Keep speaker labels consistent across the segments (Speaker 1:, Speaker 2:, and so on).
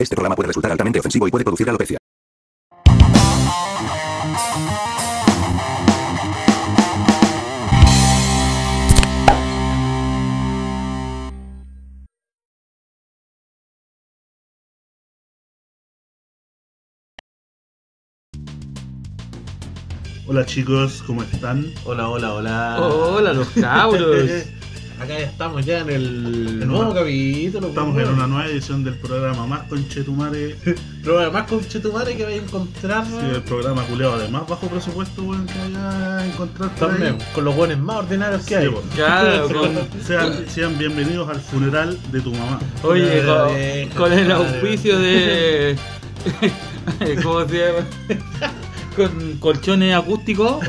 Speaker 1: Este programa puede resultar altamente ofensivo y puede producir alopecia.
Speaker 2: Hola chicos, ¿cómo están?
Speaker 3: Hola, hola, hola.
Speaker 4: Hola, los cabros.
Speaker 3: Acá ya estamos ya en el
Speaker 2: En
Speaker 3: nuevo
Speaker 2: una-
Speaker 3: capítulo.
Speaker 2: Estamos
Speaker 3: pues,
Speaker 2: en una
Speaker 3: bueno.
Speaker 2: nueva edición del programa más conchetumare, sí,
Speaker 3: Pero más con Chetumare que vais a encontrar.
Speaker 2: el programa culeado de más bajo presupuesto weón, que vaya a encontrar por ahí.
Speaker 3: También, con los buenos más ordinarios que
Speaker 2: Sí,
Speaker 3: hay.
Speaker 2: weón.
Speaker 4: Claro, con-
Speaker 2: Sean, sean bienvenidos al funeral de tu mamá.
Speaker 4: oye,
Speaker 3: Una
Speaker 4: con,
Speaker 3: de oreja,
Speaker 4: con el
Speaker 3: madre.
Speaker 4: auspicio de. ¿Cómo se llama? Con colchones acústicos.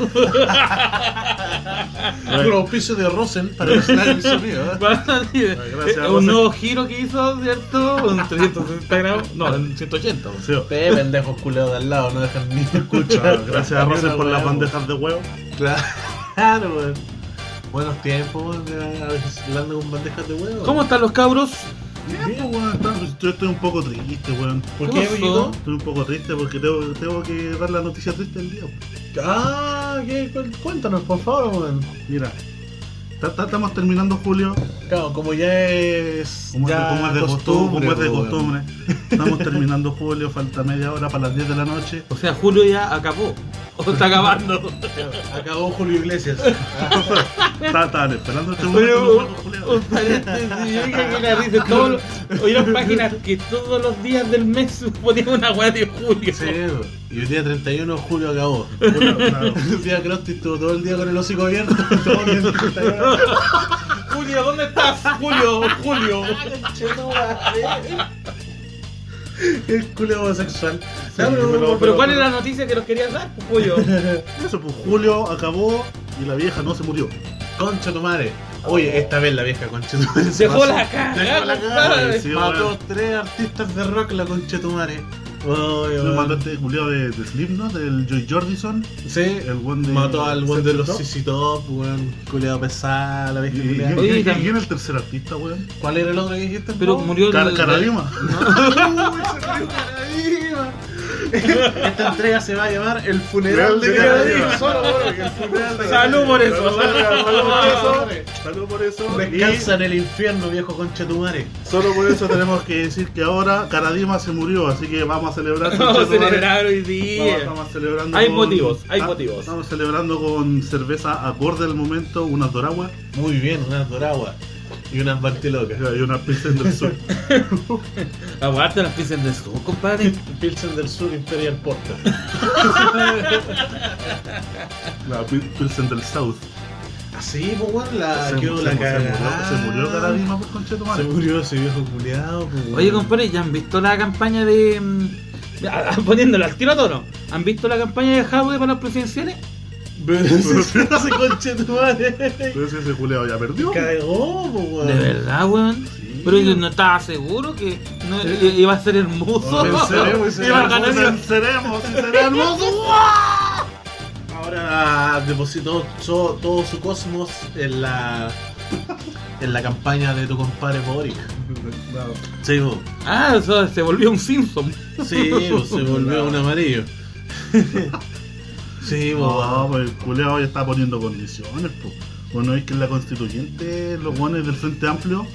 Speaker 3: Un auspicio de Rosen para mezclar el sonido. ¿eh?
Speaker 2: Gracias, Rosa.
Speaker 4: un nuevo giro que hizo, ¿cierto? Un 360 grados. No,
Speaker 2: Ah.
Speaker 4: un 180.
Speaker 2: Sí, weón.
Speaker 3: Ustedes, pendejos culeados de al lado, no dejan ni escuchar.
Speaker 2: Claro, gracias a Rosen por las
Speaker 3: la
Speaker 2: bandejas de huevo.
Speaker 3: Claro, weón. Buenos tiempos, weón, a veces hablando con bandejas de huevo.
Speaker 4: ¿Cómo están los cabros?
Speaker 2: Bien, pues, weón, estamos- yo estoy un poco triste, weón.
Speaker 3: ¿Por
Speaker 4: ¿Cómo
Speaker 3: qué,
Speaker 4: son?
Speaker 3: amiguito?
Speaker 2: Estoy un poco triste porque tengo, tengo que dar las noticias tristes del día. weón.
Speaker 3: Ah, ¿qué? Cu- Cuéntanos, por favor, weón.
Speaker 2: Mira, ta- ta- estamos terminando julio.
Speaker 3: Claro, como ya es.
Speaker 2: Como,
Speaker 3: ya
Speaker 2: como es de costumbre, como es de
Speaker 3: pues,
Speaker 2: costumbre. Estamos terminando julio, falta media hora para las 10 de la noche.
Speaker 4: O sea, Julio ya acabó. O está acabando.
Speaker 3: weón. Acabó Julio Iglesias.
Speaker 2: Está- Estaban esperando este
Speaker 4: Pero
Speaker 2: momento.
Speaker 4: un-
Speaker 2: Julio.
Speaker 4: un paréntesis, yo creo que la dice todos los- Oyeron páginas que todos los días del mes ponían una weá de Julio.
Speaker 3: Sí, weón. y el día 31 Julio acabó.
Speaker 2: Julio, claro.
Speaker 3: El día Crosti estuvo todo el día con el hocico abierto. Todo el día 31.
Speaker 4: Julio, ¿dónde estás? Julio, Julio.
Speaker 3: El culo homosexual.
Speaker 2: pero-
Speaker 4: Pero, ¿cuál es la noticia que nos querías dar, pues, Julio?
Speaker 2: Eso, pues Julio acabó y la vieja no se murió.
Speaker 3: Concha tu madre. Oye, esta vez la vieja concha tu madre. se
Speaker 4: Dejó
Speaker 3: pasó.
Speaker 4: la caga,
Speaker 3: Dejó la caga.
Speaker 4: compadre.
Speaker 2: Sí,
Speaker 3: Mató
Speaker 2: weón.
Speaker 3: tres artistas de rock la concha tu madre.
Speaker 2: Me mandaste Julio de, de Slipknot, del Joy Jordison,
Speaker 3: Sí,
Speaker 2: el one de.
Speaker 3: mató al buen de los
Speaker 2: Sexy
Speaker 3: CC Top, weón. Culeado pesada,
Speaker 2: Top.
Speaker 3: la vieja
Speaker 2: Y- y-
Speaker 3: culeada.
Speaker 4: Oye,
Speaker 2: y- y-
Speaker 4: también-
Speaker 2: ¿Quién es el tercer artista, weón?
Speaker 3: ¿Cuál era el otro que dijiste?
Speaker 4: Pero
Speaker 3: po?
Speaker 4: murió
Speaker 2: Car-
Speaker 4: el-
Speaker 2: Caradima.
Speaker 3: Esta entrega se va a llamar el funeral de Caradima. Solo, weón, el funeral de
Speaker 4: Salud por eso.
Speaker 3: Salud por eso.
Speaker 2: Salud por eso.
Speaker 3: Descansa en el infierno, viejo concha tu madre.
Speaker 2: Y solo por eso tenemos que decir que ahora Caradima se murió, así que vamos a celebrar. su
Speaker 4: Vamos a
Speaker 2: conchetumare.
Speaker 4: celebrar hoy
Speaker 2: Vamos-
Speaker 4: día.
Speaker 2: estamos celebrando Ah,
Speaker 4: Hay motivos, hay motivos.
Speaker 2: Estamos celebrando con cerveza acorde al momento, unas doraguas
Speaker 3: Muy bien, unas doragua y unas bartilocas.
Speaker 2: y unas pilsen del sur.
Speaker 4: Aguanta las pizzas de su, compadre.
Speaker 3: Pilsen del Sur Imperial Porter.
Speaker 2: La pi- pilsen del south.
Speaker 3: Así, pues, weón, la quedó la
Speaker 2: se
Speaker 3: cagada.
Speaker 2: murió, se murió Caradima por conchetumare.
Speaker 3: Ah. Se murió ese viejo culiado, pues, weón.
Speaker 4: Oye, compadre, ¿ya han visto la campaña de. mm, a- a- Poniéndola al tiro a tono? ¿Han visto la campaña de Jadwe para las presidenciales?
Speaker 3: Pero ese conche tu madre.
Speaker 2: Entonces ese culeado ya perdió.
Speaker 3: Cagó, pues, weón.
Speaker 4: De verdad, weón.
Speaker 2: Sí.
Speaker 4: Pero yo no estaba seguro que no, i- iba a ser hermoso.
Speaker 3: Venceremos y será
Speaker 4: iba a ganar.
Speaker 3: hermoso.
Speaker 4: iba-
Speaker 2: Venceremos y será hermoso.
Speaker 3: Ahora depositó so- todo su cosmos en la. en la campaña de tu compadre Boric. Sí, po.
Speaker 4: Ah, o sea, se volvió un Simpson.
Speaker 3: Sí, po, se volvió un amarillo. Sí, po.
Speaker 2: No, pues el culeado ya está poniendo condiciones, pues. Bueno, es que en la constituyente los guanes del Frente Amplio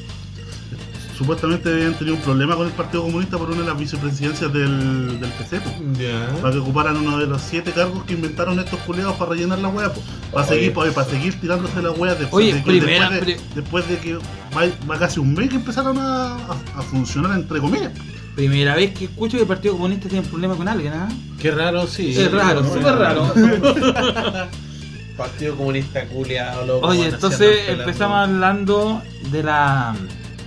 Speaker 2: supuestamente habían tenido un problema con el Partido Comunista por una de las vicepresidencias del, del PC, pues.
Speaker 3: Ya.
Speaker 2: Para que ocuparan uno de los siete cargos que inventaron estos culeados para rellenar la hueá, pues. Para
Speaker 3: Oye.
Speaker 2: seguir, pues, para seguir tirándose la hueá después,
Speaker 4: Oye,
Speaker 2: de, que-
Speaker 4: primera-
Speaker 2: después, de,
Speaker 4: pri-
Speaker 2: después de que va, va casi un mes que empezaron a, a- a funcionar entre comillas.
Speaker 4: Primera vez que escucho que el Partido Comunista tiene un problema con alguien, ¿ah?
Speaker 3: Qué raro, sí.
Speaker 4: es raro,
Speaker 3: ¿no?
Speaker 4: súper raro.
Speaker 3: Partido Comunista culiado, loco. Oh,
Speaker 4: Oye,
Speaker 3: bueno,
Speaker 4: entonces
Speaker 3: haciendo
Speaker 4: empezamos
Speaker 3: pelando
Speaker 4: hablando de la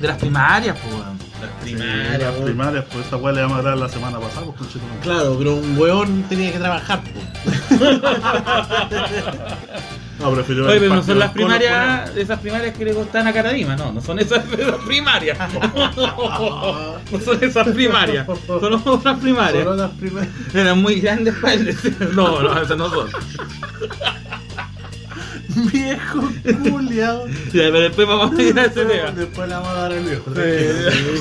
Speaker 4: de las primarias, pues, weón.
Speaker 3: las
Speaker 2: Sí, las
Speaker 3: primarias, weón.
Speaker 2: primarias, pues esta hueá le vamos a dar la semana pasada, pues, conchetumare.
Speaker 3: Claro, pero un weón tenía que trabajar, po.
Speaker 2: No, prefiero
Speaker 4: Oye,
Speaker 2: el
Speaker 4: pero no
Speaker 2: partido
Speaker 4: son las
Speaker 2: del Colo,
Speaker 4: primarias, esas primarias que le costan a Caradima, no, no son esas, esas primarias. no son esas primarias, son otras primarias.
Speaker 3: Solo las primarias.
Speaker 4: Eran muy grandes para el No, no, esas no son.
Speaker 3: Viejo culiao.
Speaker 4: Ya, pero después vamos a ir a ese tema.
Speaker 3: Después la vamos a dar al viejo.
Speaker 4: Sí,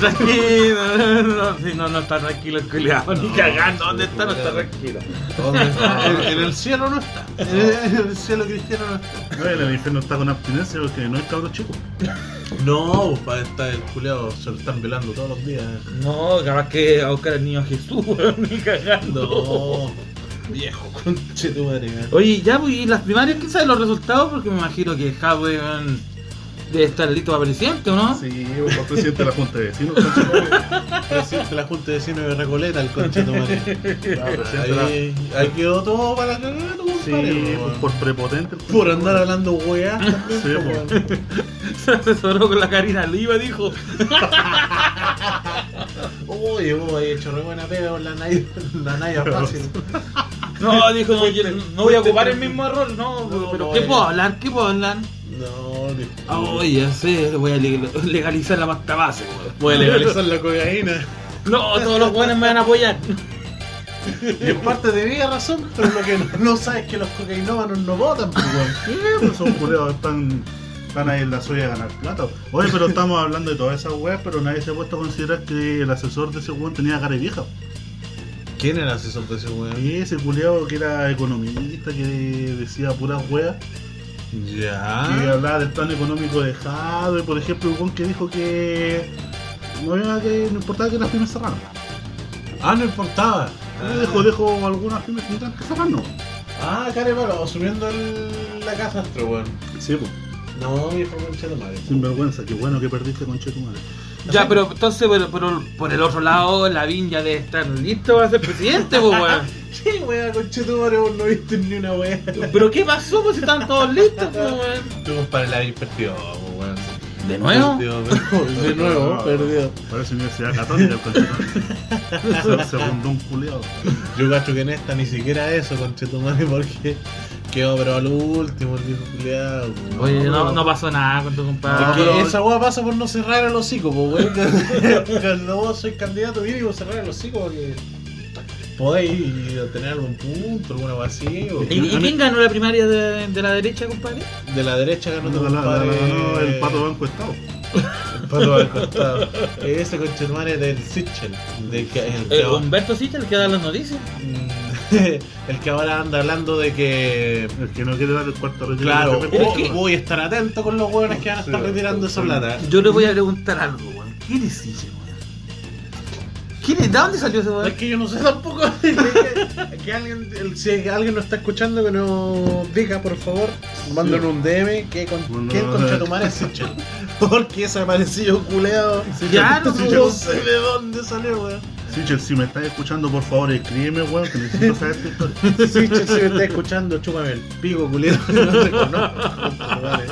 Speaker 3: tranquilo.
Speaker 4: Tranquilo, no, no, sí, no, no está tranquilo el culiao, ni
Speaker 3: No,
Speaker 4: cagando,
Speaker 3: sí,
Speaker 4: ¿dónde está? No está tranquilo.
Speaker 3: ¿Dónde está? En, en el cielo no está. En el, en el cielo cristiano no está.
Speaker 2: No, el infierno está con abstinencia porque no hay cabros chicos.
Speaker 3: No, para estar el culiao se lo están velando todos los días.
Speaker 4: No, capaz que a buscar al niño Jesús, weón, ni cagando.
Speaker 3: No, viejo, conche tu madre. weón.
Speaker 4: Oye, ya, pues, ¿y las primarias qué saben los resultados? Porque me imagino que Jadwe weón, debe estar listo para presidente, ¿o no?
Speaker 2: Sí, pues, por presidente de la Junta de Vecinos. concha tu madre.
Speaker 3: Presidente de la Junta de Vecinos de Recoleta, el conche tu madre.
Speaker 2: Ah, presidente de la-
Speaker 3: Ahí, ahí quedó todo para la cagada, tu
Speaker 2: Sí, pues,
Speaker 3: compadre. weón.
Speaker 2: por prepotente.
Speaker 3: pues. Por andar hablando weá.
Speaker 2: Sí, weón.
Speaker 4: Se asesoró con la Karina Oliva, dijo.
Speaker 3: Oye, vos ahí hecho re buena pega con la Naya, la Naya fácil.
Speaker 4: No, dijo, no, yo no voy
Speaker 3: fuiste
Speaker 4: a ocupar el
Speaker 3: tranquilo.
Speaker 4: mismo error, no,
Speaker 3: No,
Speaker 4: pero
Speaker 3: no,
Speaker 4: ¿qué
Speaker 3: eh.
Speaker 4: puedo hablar? ¿Qué puedo hablar?
Speaker 3: No,
Speaker 4: Ah, Oye, ya sé, voy a leg- legalizar la pasta base, weón. Voy a legalizar.
Speaker 3: la cocaína.
Speaker 4: No, todos los buenos me van a apoyar.
Speaker 3: Y en parte tenía razón, pero lo que no, no sabes es que los cocainómanos no votan, pues, weón.
Speaker 2: Sí, pues son culeados, están, están ahí en la suya de ganar plata. Oye, pero estamos hablando de todas esas weas, pero nadie se ha puesto a considerar que el asesor de ese weón tenía cara de vieja.
Speaker 3: ¿Quién era asesor de ese weón?
Speaker 2: Y ese culeado que era economista, que decía puras weas, que
Speaker 3: Ya.
Speaker 2: hablaba del plan económico de Jadwe, por ejemplo, un weón que dijo que no, había que, no importaba que las pymes cerraran.
Speaker 3: Ah, no importaba.
Speaker 2: Yo Ah, Dejo, dejo algunas pymes que tendrán que cerrar, no.
Speaker 3: Ah, care palo, subiendo el, la casa astro, weón.
Speaker 2: Sí, pues,
Speaker 3: No, viejo concha de madre.
Speaker 2: sin vergüenza, qué bueno que perdiste con Chetumare.
Speaker 4: Ya, pero entonces, pero, pero por el otro lado, la ya debe estar listo para ser presidente, pues, weón.
Speaker 3: ¿Qué weón, concha de madre? Vos no viste ni una weá.
Speaker 4: Pero ¿qué pasó? Pues si están todos listos, pues, weón.
Speaker 3: Tu compadre la habéis perdido, pues, weón.
Speaker 4: ¿De nuevo?
Speaker 3: Perdió, perdió. De nuevo, perdió.
Speaker 2: Parece Universidad Católica, el conchetumare. Se- Se rondó un culeado.
Speaker 3: Yo cacho que en esta ni siquiera eso, conchetumare, porque quedó pero al último, el viejo culiado.
Speaker 4: Oye, no, no pasó nada con tu
Speaker 3: Es
Speaker 4: compadre.
Speaker 3: que
Speaker 2: pero-
Speaker 3: esa weá pasa por no cerrar el hocico, pues weón. Cuando vos sois candidato, mínimo cerrar el hocico porque podéis obtener algún punto, alguna weá así. o-
Speaker 4: ¿Y, y quién ganó la primaria de, de la derecha, compadre?
Speaker 3: De la derecha ganó tu
Speaker 2: No, la- la- la-
Speaker 3: compadre,
Speaker 2: ganó el pato banco estado.
Speaker 3: El pato al costado. Ese conchetumare del Sitchell. Del que, el que
Speaker 4: Eh, Humberto Sita, el que da las noticias.
Speaker 3: el que ahora anda hablando de que
Speaker 2: El que no quiere dar el cuarto retiro.
Speaker 3: Claro,
Speaker 2: de
Speaker 4: Pero es
Speaker 3: o-
Speaker 4: que-
Speaker 3: voy a estar atento con los hueones que van a estar
Speaker 2: Sí,
Speaker 3: retirando esa
Speaker 2: sí.
Speaker 3: plata.
Speaker 4: Yo le voy a preguntar algo, weón. ¿Quién es Sita, weón? ¿Quién es? ¿De dónde salió ese
Speaker 3: Es
Speaker 4: weón?
Speaker 3: que yo no sé tampoco. es que, que alguien, el- si alguien nos está escuchando, que nos diga, por favor, mándanos un DM. que con,
Speaker 2: Bueno,
Speaker 3: ¿Quién
Speaker 2: no,
Speaker 3: concha
Speaker 2: no.
Speaker 3: tu madre es Sichel? Porque ese aparecido culeado.
Speaker 4: Claro,
Speaker 3: no,
Speaker 4: pues.
Speaker 3: sé de dónde salió, weón. Oh.
Speaker 2: Sichel, si me estás escuchando, por favor, escríbeme, weón, que necesito saber tu historia.
Speaker 3: Sichel, si me está escuchando, chúpame el pico, culeado. No te conozco. vale.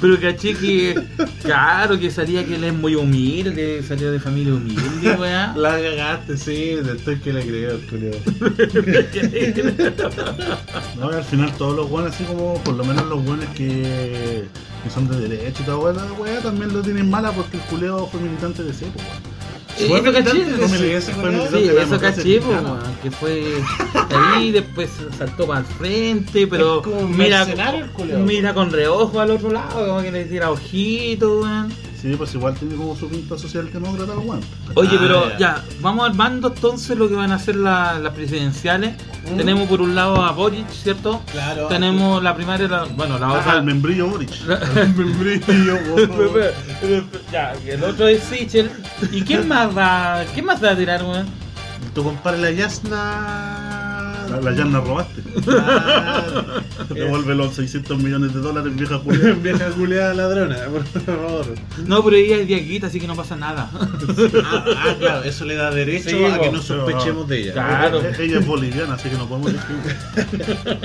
Speaker 4: Pero caché que, claro, que salía que él es muy humilde, salía de familia humilde, weón.
Speaker 3: La cagaste, sí, estoy que le creo al culeado.
Speaker 2: No, y al final todos los weones, así como por lo menos los weones que, que son de derecha y toda weá, weá, también lo tienen mala porque el culeo fue militante de CEPO, weón.
Speaker 4: Eh,
Speaker 3: Fue
Speaker 4: Eso caché,
Speaker 3: militante,
Speaker 4: sí,
Speaker 3: sí,
Speaker 2: mili-
Speaker 3: ese
Speaker 2: fue
Speaker 3: culiao.
Speaker 2: militante
Speaker 4: Sí,
Speaker 2: de la
Speaker 4: eso
Speaker 2: democracia
Speaker 4: caché, po,
Speaker 2: cristiana.
Speaker 4: weón, que fue ahí, después saltó para el frente, pero
Speaker 3: Es como un
Speaker 4: mira,
Speaker 3: mercenario el culiao.
Speaker 4: mira con reojo al otro lado, como que le tira ojito, weón.
Speaker 2: Sí, pues igual tiene como su pinta socialdemócrata, el weón.
Speaker 4: Oye,
Speaker 3: Ah,
Speaker 4: pero
Speaker 3: ya.
Speaker 4: ya. vamos armando entonces lo que van a ser la- las presidenciales.
Speaker 3: Mm. Ah,
Speaker 4: Tenemos por un lado a Boric, ¿cierto?
Speaker 3: Claro.
Speaker 4: Tenemos la primaria, la- bueno, la
Speaker 2: Ah,
Speaker 4: otra...
Speaker 2: el membrillo Boric. El membrillo Boric.
Speaker 4: ya, el otro es Sichel. ¿Y quién más va, quién más va a tirar, weón?
Speaker 3: Tu compadre la Yasna.
Speaker 2: La, la llana robaste.
Speaker 3: Ah,
Speaker 2: Devuelve los 600 millones de dólares, vieja culia.
Speaker 3: Vieja culiada ladrona, por favor.
Speaker 4: No, pero ella es diaguita, así que no pasa nada.
Speaker 3: Ah, ah, claro, eso le da derecho
Speaker 4: Sí,
Speaker 3: a que
Speaker 4: vos,
Speaker 3: no sospechemos de ella.
Speaker 4: Claro.
Speaker 2: E-, Ella es boliviana, así que no podemos decir.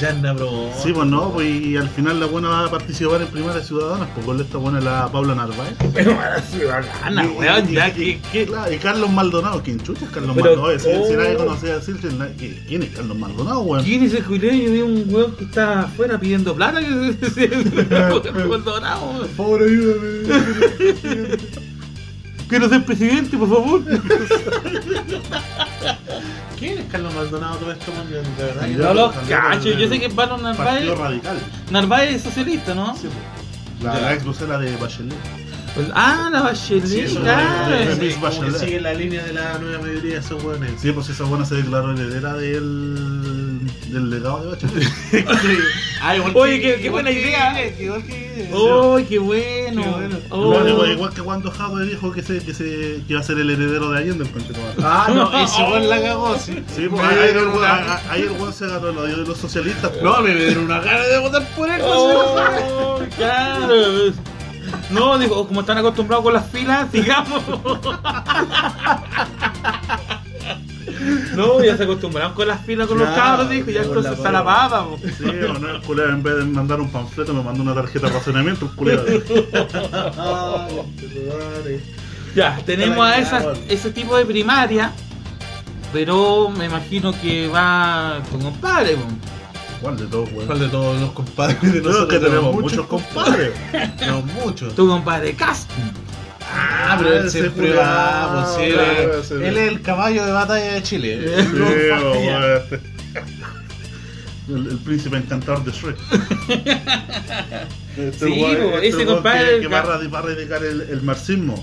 Speaker 3: Yasna, bro.
Speaker 2: Sí, pues no, pues y al final la buena va a participar en primarias ciudadanas, pues con esta buena la Paula Narváez.
Speaker 4: Pero para ciudadana,
Speaker 2: Y-
Speaker 4: weón,
Speaker 2: y-
Speaker 4: ya
Speaker 2: y-
Speaker 4: que.
Speaker 2: y- claro, y Carlos Maldonado, ¿quién chucha es Carlos
Speaker 4: Pero-
Speaker 2: Maldonado? Si, si nadie
Speaker 4: oh.
Speaker 2: conocía a Silvia, nadie- ¿qui- ¿quién es Carlos Maldonado, weón?
Speaker 4: ¿Quién es el Julián? Yo vi un weón que está afuera pidiendo plata que se- se abandonado, weón.
Speaker 3: Pobre ayúdame.
Speaker 4: Quiero ser presidente, por favor.
Speaker 3: ¿Quién es Carlos Maldonado todo esto, man? De verdad.
Speaker 2: Candidato-
Speaker 4: No los
Speaker 2: candidato
Speaker 4: cacho,
Speaker 2: del
Speaker 4: yo sé que Pablo
Speaker 2: Partido
Speaker 4: Narváez,
Speaker 2: Radical.
Speaker 4: Narváez es socialista, ¿no?
Speaker 2: Sí, po. la,
Speaker 4: Ya.
Speaker 2: la ex vocera de Bachelet.
Speaker 4: Pues- ah, la Bachelet,
Speaker 3: Sí, eso
Speaker 4: claro.
Speaker 2: es-
Speaker 3: es-
Speaker 2: Miss
Speaker 3: es como que
Speaker 2: Bachelet.
Speaker 3: sigue la línea de la nueva mayoría esos hueones.
Speaker 2: Sí, pues esa buena se declaró heredera del, del legado de Bachelet.
Speaker 3: Ay, Ah, igual
Speaker 4: Oye,
Speaker 3: que-
Speaker 4: qué- qué
Speaker 3: igual
Speaker 4: buena
Speaker 3: que-
Speaker 4: idea.
Speaker 3: Igual que.
Speaker 4: ¡Uy, qué bueno!
Speaker 3: Qué bueno.
Speaker 4: Oh.
Speaker 2: Igual- igual, igual que cuando Jadwe dijo que, se, que, se, que iba a ser el heredero de Allende en Conchetumare.
Speaker 3: Ah, no, ese weón la cagó, sí. Ah,
Speaker 2: Sí, pues,
Speaker 3: Me
Speaker 2: ahí, el
Speaker 3: dieron
Speaker 2: weón-
Speaker 3: una-
Speaker 2: a- a- ahí el weón se ganó el odio de los socialistas. pues.
Speaker 3: No, me dieron una gana de votar por él.
Speaker 4: Oh, claro. No, digo, como están acostumbrados con las filas, digamos. No, ya se acostumbraron con las filas con los
Speaker 3: Claro,
Speaker 4: cabros, dijo, ya
Speaker 3: ya con la
Speaker 4: entonces se
Speaker 3: pava.
Speaker 4: la pava, po.
Speaker 2: Sí, o no, el culero en vez de mandar un panfleto me mandó una tarjeta de razonamiento, el culero.
Speaker 3: Ah,
Speaker 4: Ya, tenemos a esa-
Speaker 3: Claro.
Speaker 4: ese tipo de primaria, pero me imagino que va con compadre, po.
Speaker 2: ¿Cuál de todos, weón?
Speaker 3: ¿Cuál de todos los compadres de
Speaker 2: Creo
Speaker 3: nosotros?
Speaker 2: que tenemos muchos compadres.
Speaker 3: Tenemos muchos.
Speaker 4: Tu compadre Cast.
Speaker 3: Ah, pero él
Speaker 2: ese
Speaker 3: siempre
Speaker 2: culiao, eh.
Speaker 3: va, pues sí, él,
Speaker 2: claro,
Speaker 3: es-
Speaker 2: ese-
Speaker 3: él es el caballo de batalla de Chile.
Speaker 2: Sí, pues, weón. El, el príncipe encantador de Shrek. Este
Speaker 4: Sí,
Speaker 2: weón-
Speaker 4: pues,
Speaker 2: este
Speaker 4: ese
Speaker 2: weón que-
Speaker 4: compadre-
Speaker 2: que va a radi- va a erradicar el, el marxismo.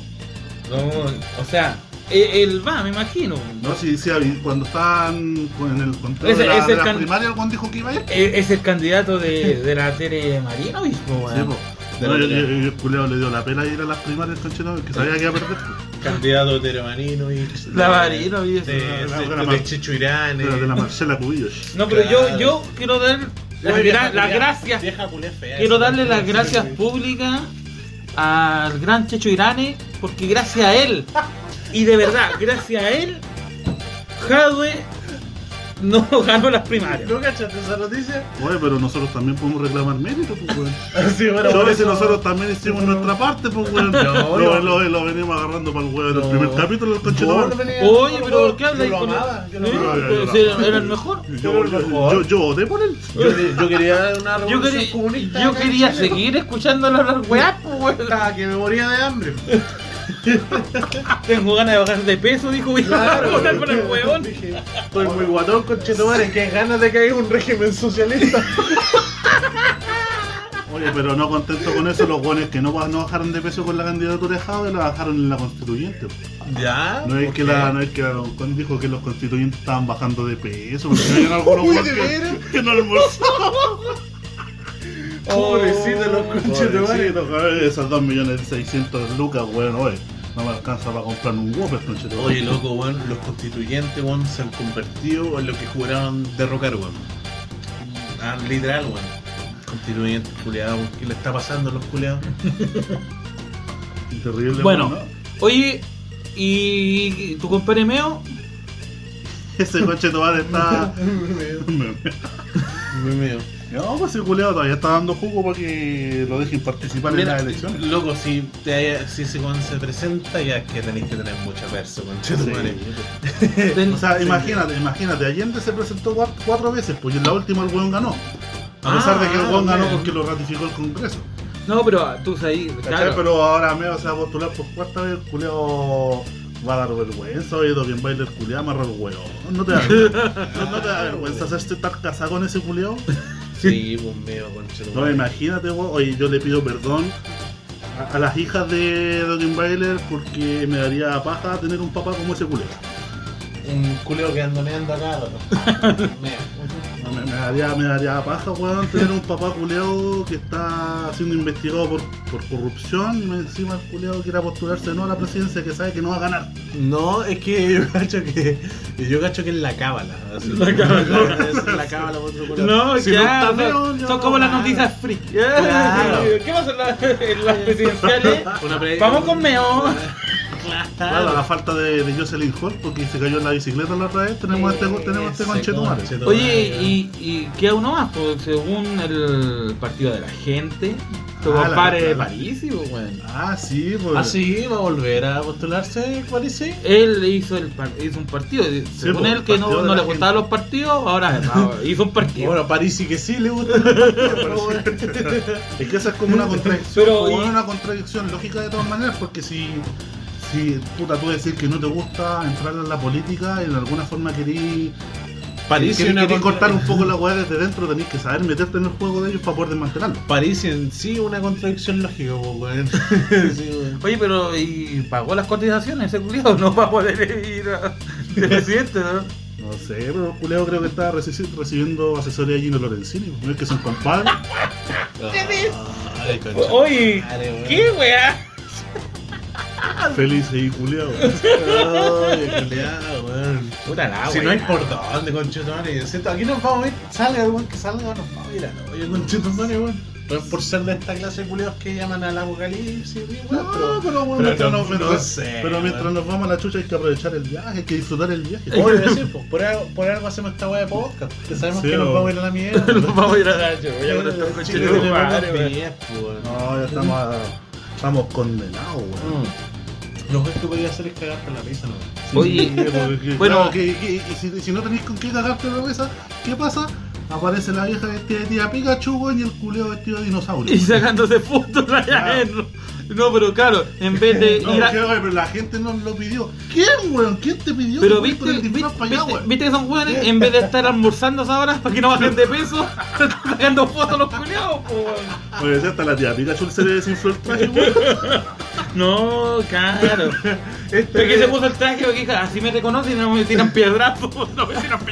Speaker 4: No, o sea, E, él, él va, me imagino.
Speaker 2: No, sí, sí, habí- cuando estaban con- en el control
Speaker 4: Ese-
Speaker 2: de la,
Speaker 4: ese
Speaker 2: de la
Speaker 4: can-
Speaker 2: primaria, el weón dijo que iba a ir.
Speaker 4: E, Es, es el candidato de, de la tele Marino, po,
Speaker 2: Sí,
Speaker 4: weón.
Speaker 2: pues.
Speaker 3: De
Speaker 2: No,
Speaker 3: la
Speaker 2: yo,
Speaker 3: tele.
Speaker 2: yo- yo- el culeo le dio la pena ir a las primarias conchino, que sabía que iba a perder. pues.
Speaker 3: Candidato teremanino y.
Speaker 4: La Marino, y eso.
Speaker 3: De, de,
Speaker 2: la-
Speaker 3: de,
Speaker 2: la-
Speaker 3: de Chicho Irán,
Speaker 2: Pero de la
Speaker 3: eh.
Speaker 2: Marcela Cubillos.
Speaker 4: No, pero
Speaker 3: Claro.
Speaker 4: yo, yo quiero dar las,
Speaker 3: Uy,
Speaker 4: gra-
Speaker 3: vieja
Speaker 4: las
Speaker 3: culiá-
Speaker 4: gracias.
Speaker 3: vieja culiá fea
Speaker 4: Quiero
Speaker 3: esa,
Speaker 4: darle las
Speaker 3: sí,
Speaker 4: gracias
Speaker 3: sí.
Speaker 4: públicas al gran Checho Irane, porque gracias a él, y de verdad, gracias a él, Jadwe no ganó las primarias.
Speaker 3: ¿No cachaste esa noticia?
Speaker 2: Oye, pero nosotros también podemos reclamar mérito, pues, weón.
Speaker 3: Sí, bueno,
Speaker 2: Pero
Speaker 3: por
Speaker 2: veces
Speaker 3: eso-
Speaker 2: nosotros también hicimos nuestra parte, pues, weón.
Speaker 3: No,
Speaker 2: lo,
Speaker 3: no.
Speaker 2: lo- lo venimos agarrando para el weón en
Speaker 3: No.
Speaker 2: el primer capítulo del
Speaker 3: Vos lo
Speaker 2: conchetumare.
Speaker 3: venías-
Speaker 4: Oye,
Speaker 3: no,
Speaker 4: pero
Speaker 3: no,
Speaker 4: ¿por qué hablas
Speaker 3: Yo
Speaker 4: con
Speaker 3: lo amaba, yo lo
Speaker 4: ¿Eh?
Speaker 3: amaba.
Speaker 2: amaba, yo lo
Speaker 4: Sí,
Speaker 2: amaba.
Speaker 4: Era el mejor.
Speaker 2: Yo, yo, yo, yo voté por él.
Speaker 3: Yo, yo quería una
Speaker 4: Yo
Speaker 3: revolución
Speaker 4: quería,
Speaker 3: comunista.
Speaker 4: yo
Speaker 3: acá en
Speaker 4: quería
Speaker 3: Chile.
Speaker 4: seguir escuchándolo hablar weá, pues, weón.
Speaker 3: Estaba que me moría de hambre.
Speaker 4: Tengo ganas de bajar de peso, dijo voy a votar por el huevón.
Speaker 3: Dije, Estoy muy guatón, conchetumare. Qué ganas de que haya un régimen socialista.
Speaker 2: Oye, pero no contento con eso, los weones que no, no bajaron de peso con la candidatura de Jado la bajaron en la constituyente. pues.
Speaker 3: Ya.
Speaker 2: No es que la, no es que la Concon dijo que los constituyentes estaban bajando de peso, porque habían algunos
Speaker 3: Uy,
Speaker 2: weones
Speaker 3: ¿de veras?
Speaker 2: que, que no almorzaban.
Speaker 3: Oh, Pobrecito los conchetumares.
Speaker 2: Pobrecito, joder, Esas 2 millones lucas, weón, oye. No me alcanza para comprar un Whopper, conchetumare.
Speaker 3: Oye, loco, weón, los constituyentes, weón, se han convertido en lo que juraron derrocar, weón. Ah, literal, weón. Constituyentes, culiados, weón. ¿qué le está pasando a los culiados?
Speaker 2: Terrible,
Speaker 4: Bueno.
Speaker 2: weón, ¿no?
Speaker 4: Oye, ¿y tu compadre Meo?
Speaker 2: Ese conchetumare está.
Speaker 3: Me meo.
Speaker 2: No, pues ese culeado todavía está dando jugo para que lo dejen participar en
Speaker 3: Mira,
Speaker 2: las elecciones.
Speaker 3: Loco, si, te haya- si ese weón se presenta, ya es que tenéis que tener mucha perso, conchetumare.
Speaker 4: Ten-
Speaker 2: O sea, imagínate, imagínate, Allende se presentó cua- cuatro veces, pues y en la última el weón ganó. A pesar de que el
Speaker 3: Ah,
Speaker 2: weón ganó
Speaker 3: bien.
Speaker 2: porque lo ratificó el Congreso.
Speaker 4: No, pero tú ahí,
Speaker 2: ¿Cachai?
Speaker 4: claro.
Speaker 2: Pero ahora Meo se va a postular por cuarta vez, el culeado va a dar vergüenza, oye, quien baila el culeado amarra el huevo. No te da, no, no te da vergüenza hacerte estar casado con ese culeado.
Speaker 3: Sí, pues meo, conchetumare.
Speaker 2: No, imagínate, weón. Oye, yo le pido perdón a, a las hijas de Dogen Bailer porque me daría paja tener un papá como ese culero.
Speaker 3: Un culeo que anda meando acá, loco. Meo.
Speaker 2: Me, me daría, me daría paja, weón, tener un papá culeado que está siendo investigado por, por corrupción y encima el culeado quiera postularse de nuevo a la presidencia que sabe que no va a ganar.
Speaker 3: No, es que yo cacho que. Yo cacho que es la cábala. así.
Speaker 4: La cábala.
Speaker 3: Es la cábala por otro color.
Speaker 4: No,
Speaker 3: Si
Speaker 4: claro,
Speaker 3: está feo,
Speaker 4: son
Speaker 3: yo
Speaker 4: son
Speaker 3: no
Speaker 4: como las
Speaker 3: gano.
Speaker 4: noticias freak.
Speaker 3: Claro.
Speaker 4: ¿Qué pasa en, la- en las presidenciales?
Speaker 3: Una pre-
Speaker 4: Vamos con Meo.
Speaker 2: Claro, a la falta de, de Jocelyn Holt porque se cayó en la bicicleta la otra vez, tenemos este, tenemos este
Speaker 3: Ese
Speaker 2: conchetumare.
Speaker 3: conchetumare.
Speaker 4: Oye, y, y queda uno más, pues, según el partido de la gente, tu
Speaker 2: Ah, la-
Speaker 4: compadre
Speaker 2: la-
Speaker 4: de
Speaker 2: la-
Speaker 4: París, pues, weón.
Speaker 2: Ah, sí, pues.
Speaker 3: Ah, sí, va a volver a postularse, parece.
Speaker 4: Él hizo, el par- hizo un partido. según
Speaker 2: pues,
Speaker 4: él, que no,
Speaker 2: partido de
Speaker 4: no
Speaker 2: la
Speaker 4: le gustaban los partidos, ahora ahora hizo un partido.
Speaker 3: Bueno, a París sí que sí le gusta. el
Speaker 2: Es que esa es como una contradicción,
Speaker 4: Pero,
Speaker 2: como
Speaker 4: y-
Speaker 2: una contradicción lógica de todas maneras, porque si, si puta tú decir que no te gusta entrar en la política y de alguna forma querís
Speaker 3: París
Speaker 2: querís-
Speaker 3: es una
Speaker 2: querís
Speaker 3: contra-
Speaker 2: cortar un poco la weá desde dentro, tenés que saber meterte en el juego de ellos para poder desmantelarlo.
Speaker 3: París en sí una contradicción lógica, po, weón. Sí, weón.
Speaker 4: Oye, pero ¿y pagó las cotizaciones ese culiao? No va a poder ir a, de presidente, ¿no?
Speaker 2: No sé, pero el Culeo creo que está reci- recibiendo asesoría de Gino Lorenzini, no es que son compadres.
Speaker 3: Ah, Ay, concha.
Speaker 4: Oye,
Speaker 3: Madre, weón.
Speaker 4: ¿qué weá?
Speaker 2: Feliz y Culeo.
Speaker 3: Ay, culiao, weón.
Speaker 4: Puta la
Speaker 3: Si
Speaker 4: weá.
Speaker 3: no hay por dónde, conchetumare. Excepto Aquí nos vamos a ir. Salga, weón, que salga, nos vamos a ir a la olla, conchetumare, weón. No es por ser de esta clase de culiados que llaman al apocalipsis, weón,
Speaker 2: No,
Speaker 3: pero-
Speaker 2: pero, bueno,
Speaker 3: pero
Speaker 2: mientras,
Speaker 3: no-
Speaker 2: nos, mientras-
Speaker 3: no sé,
Speaker 2: pero mientras
Speaker 3: weón.
Speaker 2: nos vamos a la chucha hay que aprovechar el viaje, hay que disfrutar el viaje.
Speaker 3: Obvio que sí, po. pues, por, algo, por algo hacemos esta weá de podcast. Que sabemos
Speaker 2: Sí,
Speaker 3: que nos
Speaker 2: weón.
Speaker 3: vamos a ir a la mierda.
Speaker 4: Nos vamos a ir a la chucha, con estos
Speaker 3: Chile,
Speaker 4: conchetes de madre,
Speaker 3: weón,
Speaker 4: weá.
Speaker 3: bien, po, weón.
Speaker 2: No, ya estamos, a- estamos condenados, weón.
Speaker 3: Lo mejor que podía hacer es cagarte la risa, ¿no?
Speaker 4: Oye,
Speaker 2: porque-
Speaker 4: bueno.
Speaker 2: claro, que- que- y si, si no tenéis con qué cagarte la cabeza, ¿qué pasa? Aparece la vieja vestida de tía Pikachu, weón, y el culeo vestido de dinosaurio.
Speaker 4: Y sacándose fotos allá
Speaker 2: Claro.
Speaker 4: adentro. No, pero claro, en vez de
Speaker 2: No,
Speaker 4: ir a...
Speaker 2: que, oye, pero la gente nos lo pidió. ¿Quién, weón? ¿Quién te pidió?
Speaker 4: Pero
Speaker 2: que fueras
Speaker 4: viste,
Speaker 2: con el
Speaker 4: viste,
Speaker 2: disfraz para allá,
Speaker 4: viste-
Speaker 2: weón?
Speaker 4: viste que son weones, en vez de estar almorzando ahora para que no bajen de peso, se están sacando fotos los culiados, po, weón.
Speaker 2: Oye, si Ah. hasta la tía Pikachu se le desinfló el traje, weón.
Speaker 4: No, claro.
Speaker 2: Este-
Speaker 4: Es que se puso el traje porque dije, así me reconocen y no me tiran piedrazos, no me tiran pues".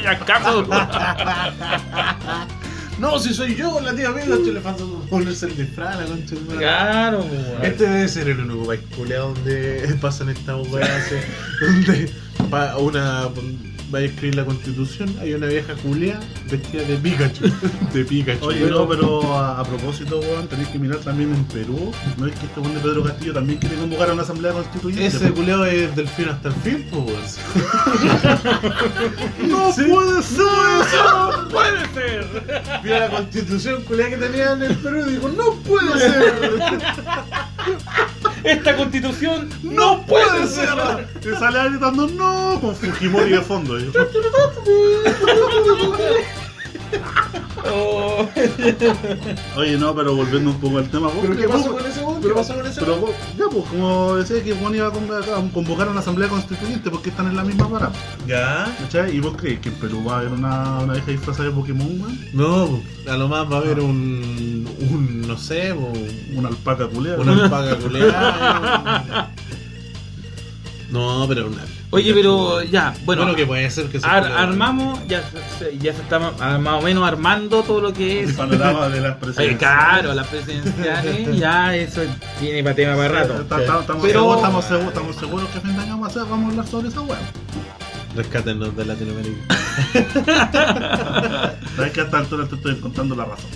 Speaker 4: pillacazos.
Speaker 3: No, si soy yo, la tía Mila, estoy le faltando ponerse el disfraz, la concha de tu madre.
Speaker 4: Claro, pues, po,
Speaker 3: Este debe ser el único país culeado donde pasan estas weas. eh, donde pa- una va a escribir la constitución, hay una vieja culea vestida de Pikachu. De Pikachu.
Speaker 2: Oye, no, pero a, a propósito, weón, tenéis que mirar también en Perú. No es que este weón de Pedro Castillo también quiere convocar a una asamblea constituyente.
Speaker 3: Ese
Speaker 2: weón.
Speaker 3: culeado es del fin hasta el fin, pues weón.
Speaker 2: ¡No puede ser!
Speaker 4: weón. Puede ser.
Speaker 3: Vio la constitución culea que tenía en el Perú y dijo, no puede ser.
Speaker 4: Esta constitución
Speaker 2: ¡No puede ser! Y sale gritando ¡No! con Fujimori de fondo. y-
Speaker 4: Oh.
Speaker 2: Oye, no, pero volviendo un poco al tema, vos,
Speaker 3: ¿Pero qué
Speaker 2: vos-
Speaker 3: pasó con ese weón? ¿Qué
Speaker 2: Pero,
Speaker 3: pasó con ese
Speaker 2: pero
Speaker 3: weón?
Speaker 2: vos, ya, pues, como decía que Juan iba a convocar, convocar a una asamblea constituyente porque están en la misma vara.
Speaker 3: Ya.
Speaker 2: ¿Cachai? ¿Y vos crees que en Perú va a haber una, una vieja disfrazada de Pokémon, weón?
Speaker 3: No, a lo más va a haber un, un no sé, un-
Speaker 2: Una alpaca culea.
Speaker 3: una
Speaker 2: weón.
Speaker 3: alpaca culeada. No, pero una.
Speaker 4: Oye, pero ya,
Speaker 3: Bueno,
Speaker 4: bueno,
Speaker 3: que puede ser que se
Speaker 4: ar-
Speaker 3: culeado.
Speaker 4: armamos, ya, se- ya se está ma- ah, más o menos armando todo lo que
Speaker 2: El
Speaker 4: es.
Speaker 2: panorama de las
Speaker 4: Eh,
Speaker 2: presidencias.
Speaker 4: claro, las presidenciales, ya eso tiene para tema para
Speaker 2: Está-
Speaker 4: rato.
Speaker 2: está- Estamos
Speaker 4: Pero-
Speaker 2: seguros, estamos seguros, estamos seguros que a fin de año vamos a hacer- vamos a hablar sobre esa weón.
Speaker 3: Rescátenos de Latinoamérica.
Speaker 2: Sabes que a esta altura te estoy contando la razón.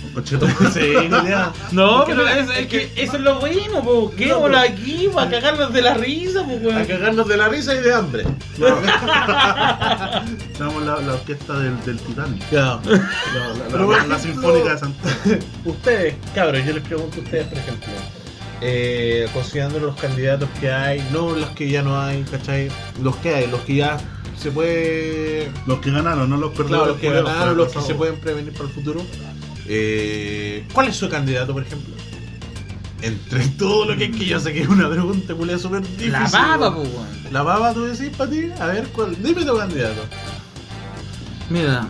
Speaker 3: sí, culeado.
Speaker 4: No,
Speaker 3: Porque
Speaker 4: pero
Speaker 3: no-
Speaker 4: es, es que, eso es lo bueno, po. ¿Qué?
Speaker 3: No,
Speaker 4: Hola
Speaker 3: pero-
Speaker 4: aquí, para cagarnos de la risa, po,
Speaker 3: A
Speaker 4: weón.
Speaker 3: cagarnos de la risa y de hambre.
Speaker 2: Tenemos la, la orquesta del, del Titanic.
Speaker 3: Ya.
Speaker 2: La, la-
Speaker 3: Pero, por
Speaker 2: la- la
Speaker 3: ejemplo-
Speaker 2: Sinfónica de Santiago.
Speaker 3: Ustedes, cabros, yo les pregunto a ustedes, por ejemplo, eh, considerando los candidatos que hay, no los que ya no hay, ¿cachai? Los que hay, los que ya se puede
Speaker 2: Los que ganaron, no los perdedores.
Speaker 3: Claro, los que
Speaker 2: culeos,
Speaker 3: ganaron,
Speaker 2: pero
Speaker 3: los que se
Speaker 2: pasado.
Speaker 3: pueden prevenir para el futuro. Eh, ¿Cuál es su candidato, por ejemplo? Entre todo lo que es que yo sé que es una pregunta, culia, súper difícil.
Speaker 4: La papa, po,
Speaker 3: weón.
Speaker 4: weón.
Speaker 3: La baba, tú decís, para ti. A ver, ¿cuál? dime tu candidato.
Speaker 4: Mira,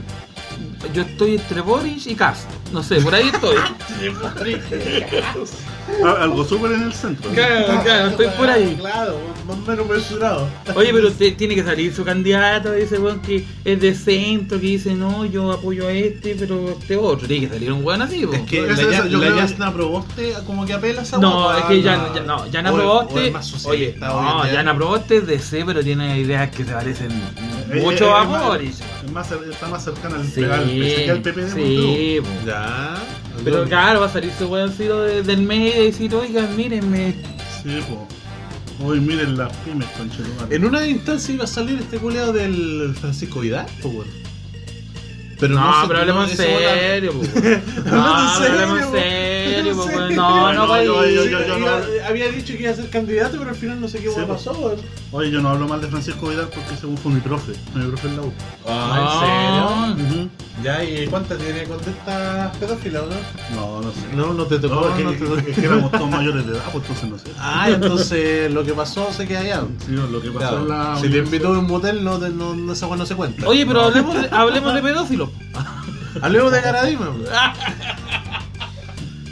Speaker 4: yo estoy entre Boris y Cast. No sé, por ahí estoy.
Speaker 2: Ah, Algo súper en el centro.
Speaker 4: claro, claro, estoy por ahí.
Speaker 3: Claro, más o menos mesurado.
Speaker 4: Oye, pero usted tiene que salir su candidato, dice weón que es de centro, que dice no, yo apoyo a este, pero este otro. Tiene que salir un weón así, po.
Speaker 3: Es que
Speaker 2: Eso,
Speaker 3: la,
Speaker 2: eso,
Speaker 3: ya-
Speaker 2: yo
Speaker 3: la
Speaker 2: creo-
Speaker 3: Yasna Proboste como que apela a esa
Speaker 4: No,
Speaker 3: guapa,
Speaker 4: es que ya,
Speaker 3: la-
Speaker 4: ya- no, Yana
Speaker 3: o el- o
Speaker 4: Proboste.
Speaker 3: el más
Speaker 4: Oye,
Speaker 3: socialista,
Speaker 4: no,
Speaker 3: obviamente.
Speaker 4: Yana Proboste es de C, pero tiene ideas que se parecen
Speaker 2: Eh,
Speaker 4: mucho
Speaker 2: eh,
Speaker 4: a
Speaker 2: es más-
Speaker 4: Boris.
Speaker 2: es más cer- está más cercana al,
Speaker 4: Sí,
Speaker 2: al PC que al PP de Montevideo.
Speaker 4: sí, po.
Speaker 3: Ya.
Speaker 4: Pero claro, va a salir su weoncito de- del medio y decir, oigan, miren, me
Speaker 2: Sí, po. Uy, miren las pymes, conchetumare.
Speaker 3: En una instancia iba a salir este culeado del Francisco Vidal, pues bueno. Pero
Speaker 4: no,
Speaker 3: se-
Speaker 4: pero hablemos en
Speaker 3: ese weón-
Speaker 4: serio, po. weón. No,
Speaker 3: Hablemos en
Speaker 4: pero hablemos en
Speaker 3: serio,
Speaker 4: serio, po,
Speaker 3: po.
Speaker 4: weón. No, no,
Speaker 2: No,
Speaker 4: va a
Speaker 2: yo- yo- yo-
Speaker 4: ir.
Speaker 2: yo-
Speaker 3: Sí,
Speaker 2: no.
Speaker 3: iba- Había dicho que iba a ser candidato, pero al final no sé qué
Speaker 2: Sí,
Speaker 3: hueá
Speaker 2: po.
Speaker 3: pasó, weón.
Speaker 2: Oye, yo no hablo mal de Francisco Vidal porque según fue mi profe. Fue Mi profe en la U.
Speaker 4: Ah, ¿en serio?
Speaker 2: Ujú.
Speaker 3: Ya, ¿y cuántas tiene contesta pedófila o no?
Speaker 2: No, no sé.
Speaker 3: No, no te
Speaker 2: No,
Speaker 3: tocó.
Speaker 2: no,
Speaker 3: que-
Speaker 2: es que éramos todos mayores de edad, pues entonces no sé.
Speaker 3: Ah, entonces lo que pasó se queda allá.
Speaker 2: Sí, lo que pasó
Speaker 3: Claro.
Speaker 2: en la.
Speaker 3: Si te invitó a un motel, no, te- no, no, esa weá no se cuenta.
Speaker 4: Oye, pero hablemos de, hablemos de pedófilos.
Speaker 3: Hablemos de Garadima. weón.
Speaker 2: Ah,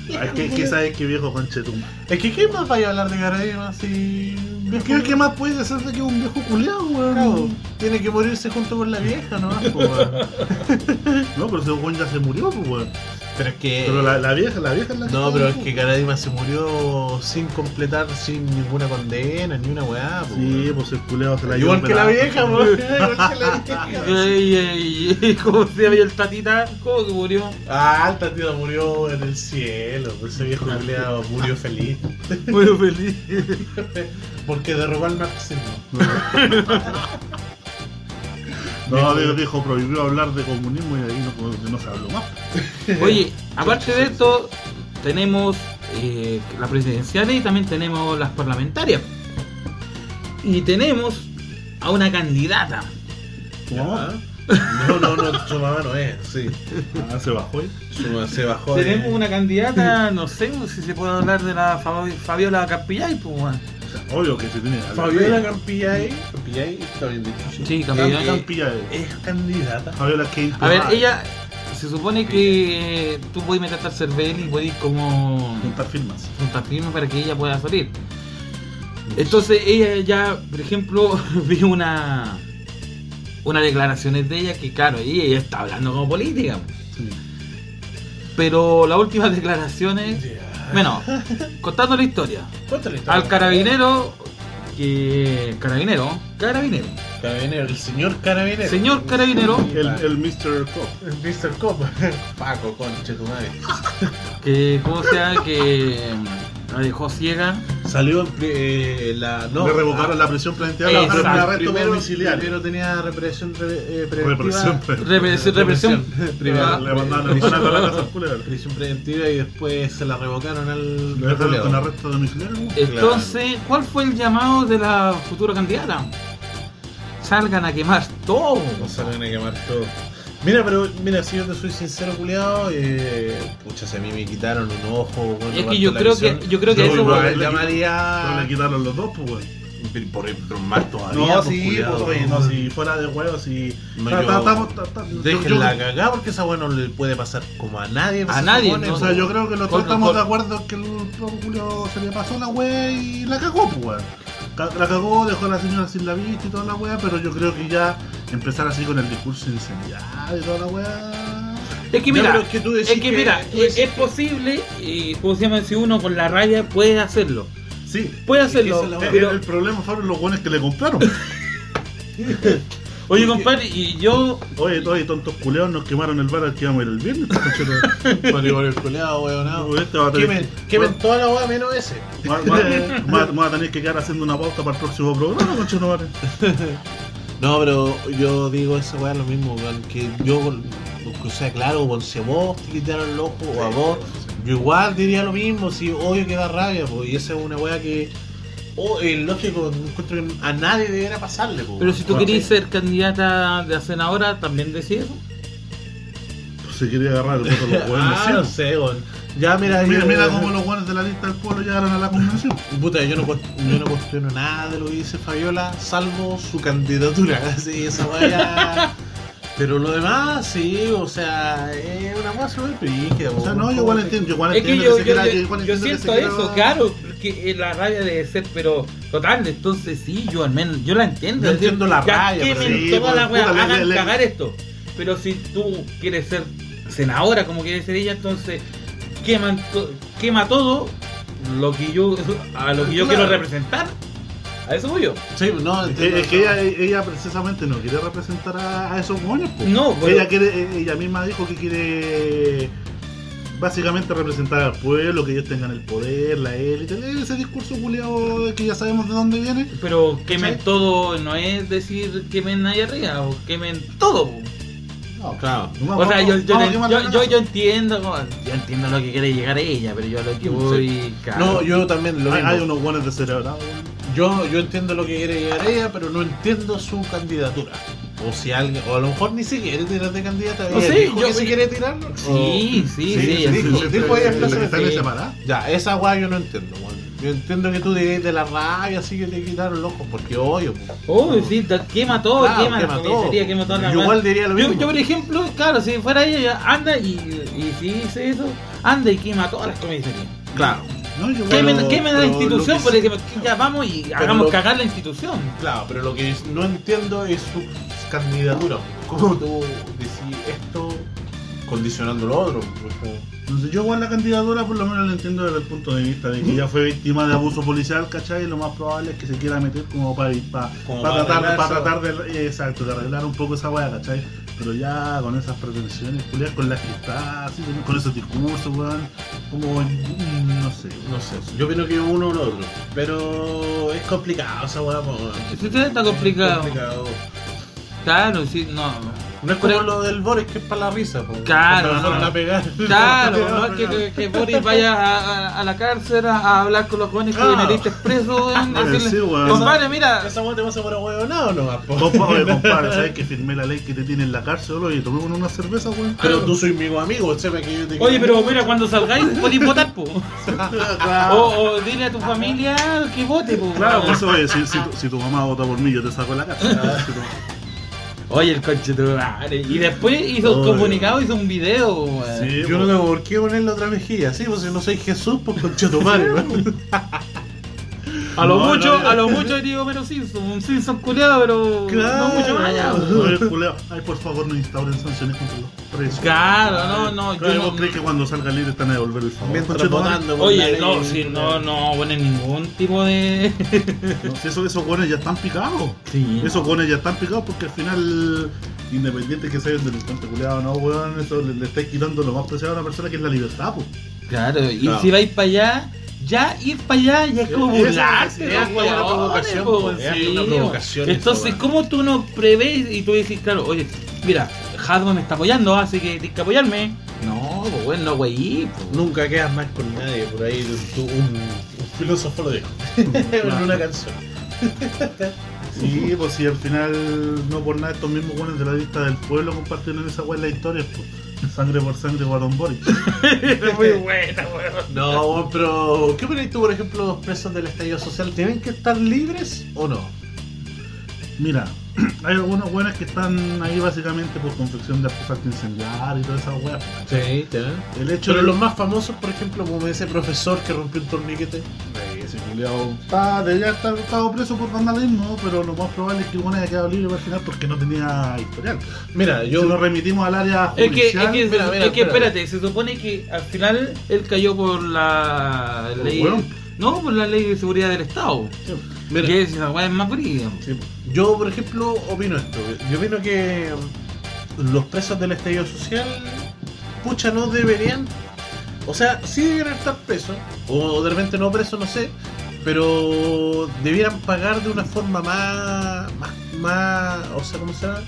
Speaker 2: Es que, es que sabes que viejo conchetumba.
Speaker 3: Es que, ¿qué más vaya a hablar de Garadima si.
Speaker 2: ¿Qué, ¿Qué más puedes hacer de que un viejo culeado,
Speaker 3: Claro,
Speaker 2: weón?
Speaker 3: Tiene que morirse junto con la vieja, ¿no?
Speaker 2: No, pero ese weón ya se murió, pues, weón.
Speaker 3: Pero es que.
Speaker 2: Pero la, la vieja, la vieja es la
Speaker 3: No, pero es que
Speaker 2: Sí,
Speaker 3: Garadima se murió sin completar, sin ninguna condena, ni una weá. po, weón.
Speaker 2: pues el culeado se la llevó.
Speaker 3: Igual que la vieja, pues. po, igual que la vieja.
Speaker 4: Ey, ey, ey, ¿Cómo se llama el tatita? ¿Cómo que murió?
Speaker 3: Ah, el tatito murió en el cielo. pues, Ese viejo culiao murió feliz.
Speaker 4: Murió feliz.
Speaker 3: Porque derrubó al marxismo.
Speaker 2: No, Dios dijo, prohibió hablar de comunismo y ahí no, no se habló más.
Speaker 4: Oye, aparte de esto, tenemos eh, las presidenciales y también tenemos las parlamentarias. Y tenemos a una candidata.
Speaker 2: ¿Tu
Speaker 3: Ya.
Speaker 2: mamá?
Speaker 3: No, no, no, su mamá no es, sí.
Speaker 2: Ah, se bajó, ¿eh?
Speaker 3: Su mamá se bajó. de-
Speaker 4: Tenemos una candidata, no sé si se puede hablar de la Fabi- Fabiola Campillay, pues weón.
Speaker 2: Obvio que se tiene que hablar.
Speaker 3: Fabiola Campillay. Campillay está bien dicho.
Speaker 4: Sí, Campillay.
Speaker 3: Eh,
Speaker 2: Fabiola Campilla, eh.
Speaker 3: Es candidata.
Speaker 2: Fabiola Kate.
Speaker 4: A ver,
Speaker 2: Pajal.
Speaker 4: ella se supone que tú puedes meterte al cervel y puedes como
Speaker 2: Juntar firmas.
Speaker 4: juntar firmas para que ella pueda salir. Entonces ella ya, por ejemplo, vi una unas declaraciones de ella que claro, ella, ella está hablando como política, pues.
Speaker 2: Sí.
Speaker 4: pero las últimas declaraciones,
Speaker 3: Ya.
Speaker 4: bueno, contando la historia,
Speaker 3: Cuéntale, está
Speaker 4: al
Speaker 3: bien.
Speaker 4: carabinero que carabinero, carabinero,
Speaker 3: Carabinero, el señor carabinero.
Speaker 4: Señor carabinero.
Speaker 2: El, el Mr. Cop.
Speaker 3: el Mr. Cop. Paco, conche tu madre.
Speaker 4: que cómo sea que mm, la dejó ciega
Speaker 3: Salió en pre- eh, la. No, ah,
Speaker 2: Le revocaron la presión planteada.
Speaker 4: Exacto.
Speaker 2: bajaron el arresto
Speaker 3: Primero,
Speaker 2: domiciliario.
Speaker 3: primero tenía represión re- eh, preventiva.
Speaker 2: Represión.
Speaker 4: Represión, represión.
Speaker 3: Primero,
Speaker 2: Le mandaron le mandaron a la casa al culero.
Speaker 3: prisión preventiva y después se la revocaron al.
Speaker 2: Le dejaron con
Speaker 3: revoleado.
Speaker 2: arresto domiciliario. ¿no?
Speaker 4: Entonces, ¿cuál fue el llamado de la futura candidata? Salgan a quemar todo.
Speaker 3: No se van a quemar todo. Mira, pero mira, si yo te soy sincero, culiado, eh, pucha, si a mí me quitaron un ojo. bueno, parte
Speaker 4: Y es que yo
Speaker 3: la
Speaker 4: creo
Speaker 3: visión,
Speaker 4: que yo creo que
Speaker 2: No,
Speaker 4: eso
Speaker 2: igual, le-
Speaker 4: fue-
Speaker 3: Yo
Speaker 2: Pero le
Speaker 3: llamaría.
Speaker 2: quitaron los dos, pues, weón.
Speaker 3: Por por más todavía.
Speaker 2: No,
Speaker 3: pues,
Speaker 2: sí,
Speaker 3: culiao.
Speaker 2: pues, oye, no, si fuera de huevo, si.
Speaker 3: No,
Speaker 2: Ta-
Speaker 3: yo-
Speaker 2: ta- ta- ta- ta- yo- yo-
Speaker 3: Déjenla cagar porque esa weá no le puede pasar como a nadie.
Speaker 4: A
Speaker 3: se
Speaker 4: nadie,
Speaker 3: supone,
Speaker 4: no.
Speaker 2: O
Speaker 3: pues.
Speaker 2: sea, yo creo que los
Speaker 4: Con-
Speaker 2: dos estamos
Speaker 4: con-
Speaker 2: de acuerdo que el pobre Julio se le pasó la wea y la cagó, pues, weón. Ca- La cagó, dejó a la señora sin la vista y toda la wea, pero yo creo que ya empezar así con el discurso incendiado y toda la wea.
Speaker 4: es que
Speaker 3: Ya,
Speaker 4: mira,
Speaker 3: pero es que tú decís
Speaker 4: es que mira,
Speaker 3: tú
Speaker 4: es,
Speaker 3: decís
Speaker 4: es posible y como se llama si uno con la raya puede hacerlo.
Speaker 2: Sí.
Speaker 4: Puede
Speaker 3: Es que
Speaker 4: hacerlo,
Speaker 3: esa es la
Speaker 2: Eh,
Speaker 3: weá.
Speaker 4: pero
Speaker 2: el problema fueron los buenos que le compraron.
Speaker 4: oye compadre, y yo
Speaker 2: Oye, oye, tontos culeos nos quemaron el bar al que íbamos a ir el viernes. pues,
Speaker 3: Vale, vale, el culiao, weonao.
Speaker 2: Este va a tener-
Speaker 3: Quemen, quemen toda la weá menos ese.
Speaker 2: Va- va- va- Vamos a tener que quedar haciendo una pauta para el próximo programa, conchetumare.
Speaker 3: No, pero yo digo esa weá lo mismo, weón, que yo, o sea, claro, weón, si a vos te quitaron el ojo o a vos, yo igual diría lo mismo, si obvio que da rabia, pues, y esa es una weá que, oh, eh, lógico, encuentro que a nadie debiera pasarle, pues.
Speaker 4: pero si tú
Speaker 3: Bueno,
Speaker 4: querés
Speaker 3: sí.
Speaker 4: ser candidata de senadora, también decís eso.
Speaker 2: Se quería agarrar el voto de los buenos.
Speaker 3: Ah, no sé, weón. Ya, mira,
Speaker 2: Mira,
Speaker 3: yo-
Speaker 2: mira cómo los guanes de la lista del pueblo llegaron a la convención.
Speaker 3: Puta, yo no, cuest- yo no cuestiono nada de lo que dice Fabiola, salvo su candidatura. Sí, esa vaya. Pero lo demás, sí, o sea, es una cosa súper brígida,
Speaker 2: O sea,
Speaker 3: po.
Speaker 2: no, yo igual entiendo, yo igual
Speaker 4: Es que
Speaker 2: Ah, entiendo
Speaker 4: yo,
Speaker 2: que se
Speaker 4: yo-
Speaker 2: quiera-
Speaker 4: yo-
Speaker 2: igual
Speaker 4: yo
Speaker 2: entiendo que
Speaker 4: siento
Speaker 2: se quiera-
Speaker 4: eso, claro, que eh, la rabia debe ser, pero total, entonces sí, yo al menos, yo la entiendo.
Speaker 3: Yo
Speaker 4: es decir,
Speaker 3: entiendo la
Speaker 4: ya
Speaker 3: rabia,
Speaker 4: quemen
Speaker 2: pero sí,
Speaker 4: toda la
Speaker 2: pues,
Speaker 4: wea,
Speaker 2: puta, le-
Speaker 4: hagan
Speaker 2: le- le-
Speaker 4: cagar esto. Pero si tú quieres ser senadora como quiere ser ella, entonces queman to- quema todo lo que yo a lo que yo
Speaker 3: Claro.
Speaker 4: quiero representar. A eso voy yo.
Speaker 3: Sí, no,
Speaker 2: Es
Speaker 3: entiendo.
Speaker 2: que- Eh, es que ella, ella precisamente no quiere representar a, a esos guanes, po.
Speaker 4: No, pero-
Speaker 2: ella, quiere, e-, ella misma dijo que quiere básicamente representar al pueblo, que ellos tengan el poder, la élite, ese discurso culiao que ya sabemos de dónde viene.
Speaker 4: Pero quemen
Speaker 2: ¿Cachai?
Speaker 4: todo, no es decir quemen ahí arriba, o quemen todo. po.
Speaker 2: No,
Speaker 3: Claro.
Speaker 2: vamos-
Speaker 4: O sea, yo, yo,
Speaker 2: vamos a quemar la
Speaker 4: yo, yo,
Speaker 2: casa.
Speaker 4: yo entiendo como- yo entiendo lo que quiere llegar ella, pero yo a lo que voy, claro.
Speaker 3: No, yo también lo
Speaker 2: Hay, hay
Speaker 3: mismo.
Speaker 2: unos guanes descerebrados, weón.
Speaker 3: Yo, yo entiendo lo que quiere llegar ella, pero no entiendo su candidatura. O si alguien, o a lo mejor ni se quiere tirar de candidata.
Speaker 4: No
Speaker 3: ella
Speaker 4: sé,
Speaker 3: dijo
Speaker 4: yo-
Speaker 3: que se quiere tirarlo.
Speaker 4: Sí,
Speaker 3: O-
Speaker 4: sí, sí, sí,
Speaker 3: dijo,
Speaker 4: sí.
Speaker 3: dijo ella en
Speaker 2: la
Speaker 3: Plaza
Speaker 2: que
Speaker 3: de
Speaker 2: está
Speaker 4: Sí.
Speaker 2: separada.
Speaker 3: Ya, esa weá yo no entiendo, weón. Yo entiendo que tú digas de la rabia, así que te quitaron los ojos, porque odio, weón.
Speaker 4: Uy, Oh, sí, Oh, da- quema todo,
Speaker 3: Claro,
Speaker 4: quema,
Speaker 3: quema
Speaker 4: la
Speaker 3: todo.
Speaker 4: comisaría, quema toda la
Speaker 3: Yo
Speaker 4: weá.
Speaker 3: igual diría lo
Speaker 4: Yo,
Speaker 3: mismo.
Speaker 4: yo, por ejemplo, claro, si fuera ella, ya anda y, y si dice eso, anda y quema todas las comisarías.
Speaker 3: Claro,
Speaker 2: No, yo
Speaker 3: Pero-
Speaker 4: Quemen, quemen a
Speaker 3: pero
Speaker 4: la institución,
Speaker 3: lo que
Speaker 4: por
Speaker 3: sí-
Speaker 4: ejemplo, que ya vamos y hagamos
Speaker 3: lo-
Speaker 4: cagar la institución.
Speaker 3: claro, pero lo que es- no entiendo es su candidatura. ¿Cómo tú decís esto condicionando lo otro? Porque-
Speaker 2: No sé, yo igual la candidatura por lo menos la entiendo desde el punto de vista de que ella fue víctima de abuso policial, ¿cachai? Y lo más probable es que se quiera meter como para para,
Speaker 3: Como
Speaker 2: para
Speaker 3: para
Speaker 2: tratar, para
Speaker 3: arreglar
Speaker 2: tratar de, exacto, de arreglar un poco esa weá, ¿cachai? Pero ya con esas pretensiones, culiar, con las que está, así, con esos discursos, weón, como, mm, no sé.
Speaker 3: No sé, yo opino que uno o lo otro. Pero es complicado esa weá, po, weón.
Speaker 4: Sí, sí, está complicado.
Speaker 3: Es complicado.
Speaker 4: Claro, sí, no.
Speaker 3: No es como
Speaker 4: Pero-
Speaker 3: lo del Boris que es para la risa, po.
Speaker 4: Claro,
Speaker 3: Cuando
Speaker 4: no.
Speaker 3: la pegar.
Speaker 4: Claro, no es que, que Boris vaya a, a- a la cárcel a, a hablar con los jóvenes que
Speaker 3: Ah.
Speaker 4: metiste preso. weón,
Speaker 2: Ah,
Speaker 4: decirle,
Speaker 2: sí, weón.
Speaker 4: Compadre, mira,
Speaker 3: Esa weá te pasa por a huevonado nomás, po.
Speaker 2: Compadre, compadre, ¿sabes que firmé la ley que te tiene en la cárcel, oye, tomémonos una cerveza, weón?
Speaker 3: Pero tú soy mi amigo, sepa que yo te
Speaker 4: oye,
Speaker 3: quiero
Speaker 4: pero
Speaker 3: mucho.
Speaker 4: mira, cuando salgáis podéis votar, po. O,
Speaker 3: Claro.
Speaker 4: o dile a tu familia que vote, po.
Speaker 2: Claro,
Speaker 4: weón.
Speaker 2: pues oye, si, si, tu, si tu mamá vota por mí, yo te saco de la cárcel. Si tu-
Speaker 4: Oye, el coche de tu madre. Y después hizo un
Speaker 2: Oye.
Speaker 4: comunicado, hizo un video, weón.
Speaker 2: Sí,
Speaker 3: Yo no tengo por qué ponerle otra mejilla, sí, pues si no soy Jesús, pues conchetumare, weón.
Speaker 4: A lo
Speaker 2: No,
Speaker 4: mucho,
Speaker 2: no,
Speaker 4: a lo mucho digo menos Simpson, un Simpson culeado, pero
Speaker 3: Claro.
Speaker 4: no mucho más allá. weón.
Speaker 2: No, el culeo. Ay, por favor, no instauren sanciones contra los presos.
Speaker 4: Claro, no, no, yo
Speaker 2: Claro,
Speaker 4: no-
Speaker 2: vos crees que cuando salga libre están a devolver el favor.
Speaker 3: Mientras
Speaker 2: Conche tu madre.
Speaker 3: votando por la
Speaker 4: Oye,
Speaker 3: ley,
Speaker 4: no, sí, no, no ponen ningún tipo de.
Speaker 2: No, si eso- esos gones ya están picados.
Speaker 4: Sí.
Speaker 2: Esos gones ya están picados porque al final, independiente que sea el delincuente culeado o no, weón, eso le, le estáis quitando lo más preciado a una persona que es la libertad, pues.
Speaker 4: Claro, y
Speaker 3: Claro.
Speaker 4: si vais para allá, ya ir para allá ya es como
Speaker 2: Eso,
Speaker 4: burlarse.
Speaker 2: sí,
Speaker 4: de
Speaker 2: es
Speaker 4: los
Speaker 2: una
Speaker 4: weones,
Speaker 3: provocación,
Speaker 4: po,
Speaker 3: po, es
Speaker 4: sí,
Speaker 3: una
Speaker 4: po.
Speaker 3: provocación
Speaker 4: Entonces,
Speaker 3: esa,
Speaker 4: ¿cómo tú no prevés y tú decís, claro, oye, mira, Hadwell me está apoyando, así que tienes que apoyarme? No, pues bueno, güey.
Speaker 3: Nunca quedas mal con nadie, por ahí tú- un, un filósofo lo dijo. en una canción.
Speaker 2: Sí, pues si al final, no por nada, estos mismos gones de la lista del pueblo compartieron esa weá en la historia, pues. Sangre por sangre, Guarón Boric.
Speaker 4: Muy buena, weón.
Speaker 3: No, weón, pero ¿qué opinas tú, por ejemplo, los presos del estallido social? ¿Tienen que estar libres o no?
Speaker 2: Mira, hay algunos buenas que están ahí básicamente por confección de artefactos incendiarios y todas esas weas.
Speaker 3: Sí,
Speaker 2: El hecho
Speaker 3: Pero
Speaker 2: de
Speaker 3: los más famosos, por ejemplo, como ese profesor que rompió el torniquete.
Speaker 2: Ahí, ese culiao está, debería estar estado preso por vandalismo, pero lo más probable es que bueno haya quedado libre al final porque no tenía historial.
Speaker 3: Mira,
Speaker 2: Yo
Speaker 3: yo
Speaker 2: si nos remitimos al área
Speaker 4: Es que, es
Speaker 2: judicial.
Speaker 4: que,
Speaker 3: mira, mira,
Speaker 4: es que
Speaker 3: espérate.
Speaker 4: espérate, se supone que al final él cayó por la
Speaker 2: Por
Speaker 4: ley.
Speaker 2: weón.
Speaker 4: No, por la ley de seguridad del Estado.
Speaker 3: Mira.
Speaker 4: Que es esa weá es más brígida.
Speaker 2: Sí,
Speaker 3: Yo, por ejemplo, opino esto. Yo opino que los presos del estallido social, pucha, no deberían. O sea, sí deberían estar presos, o de repente no presos, no sé, pero debieran pagar de una forma más. más. más o sea, ¿cómo se llama?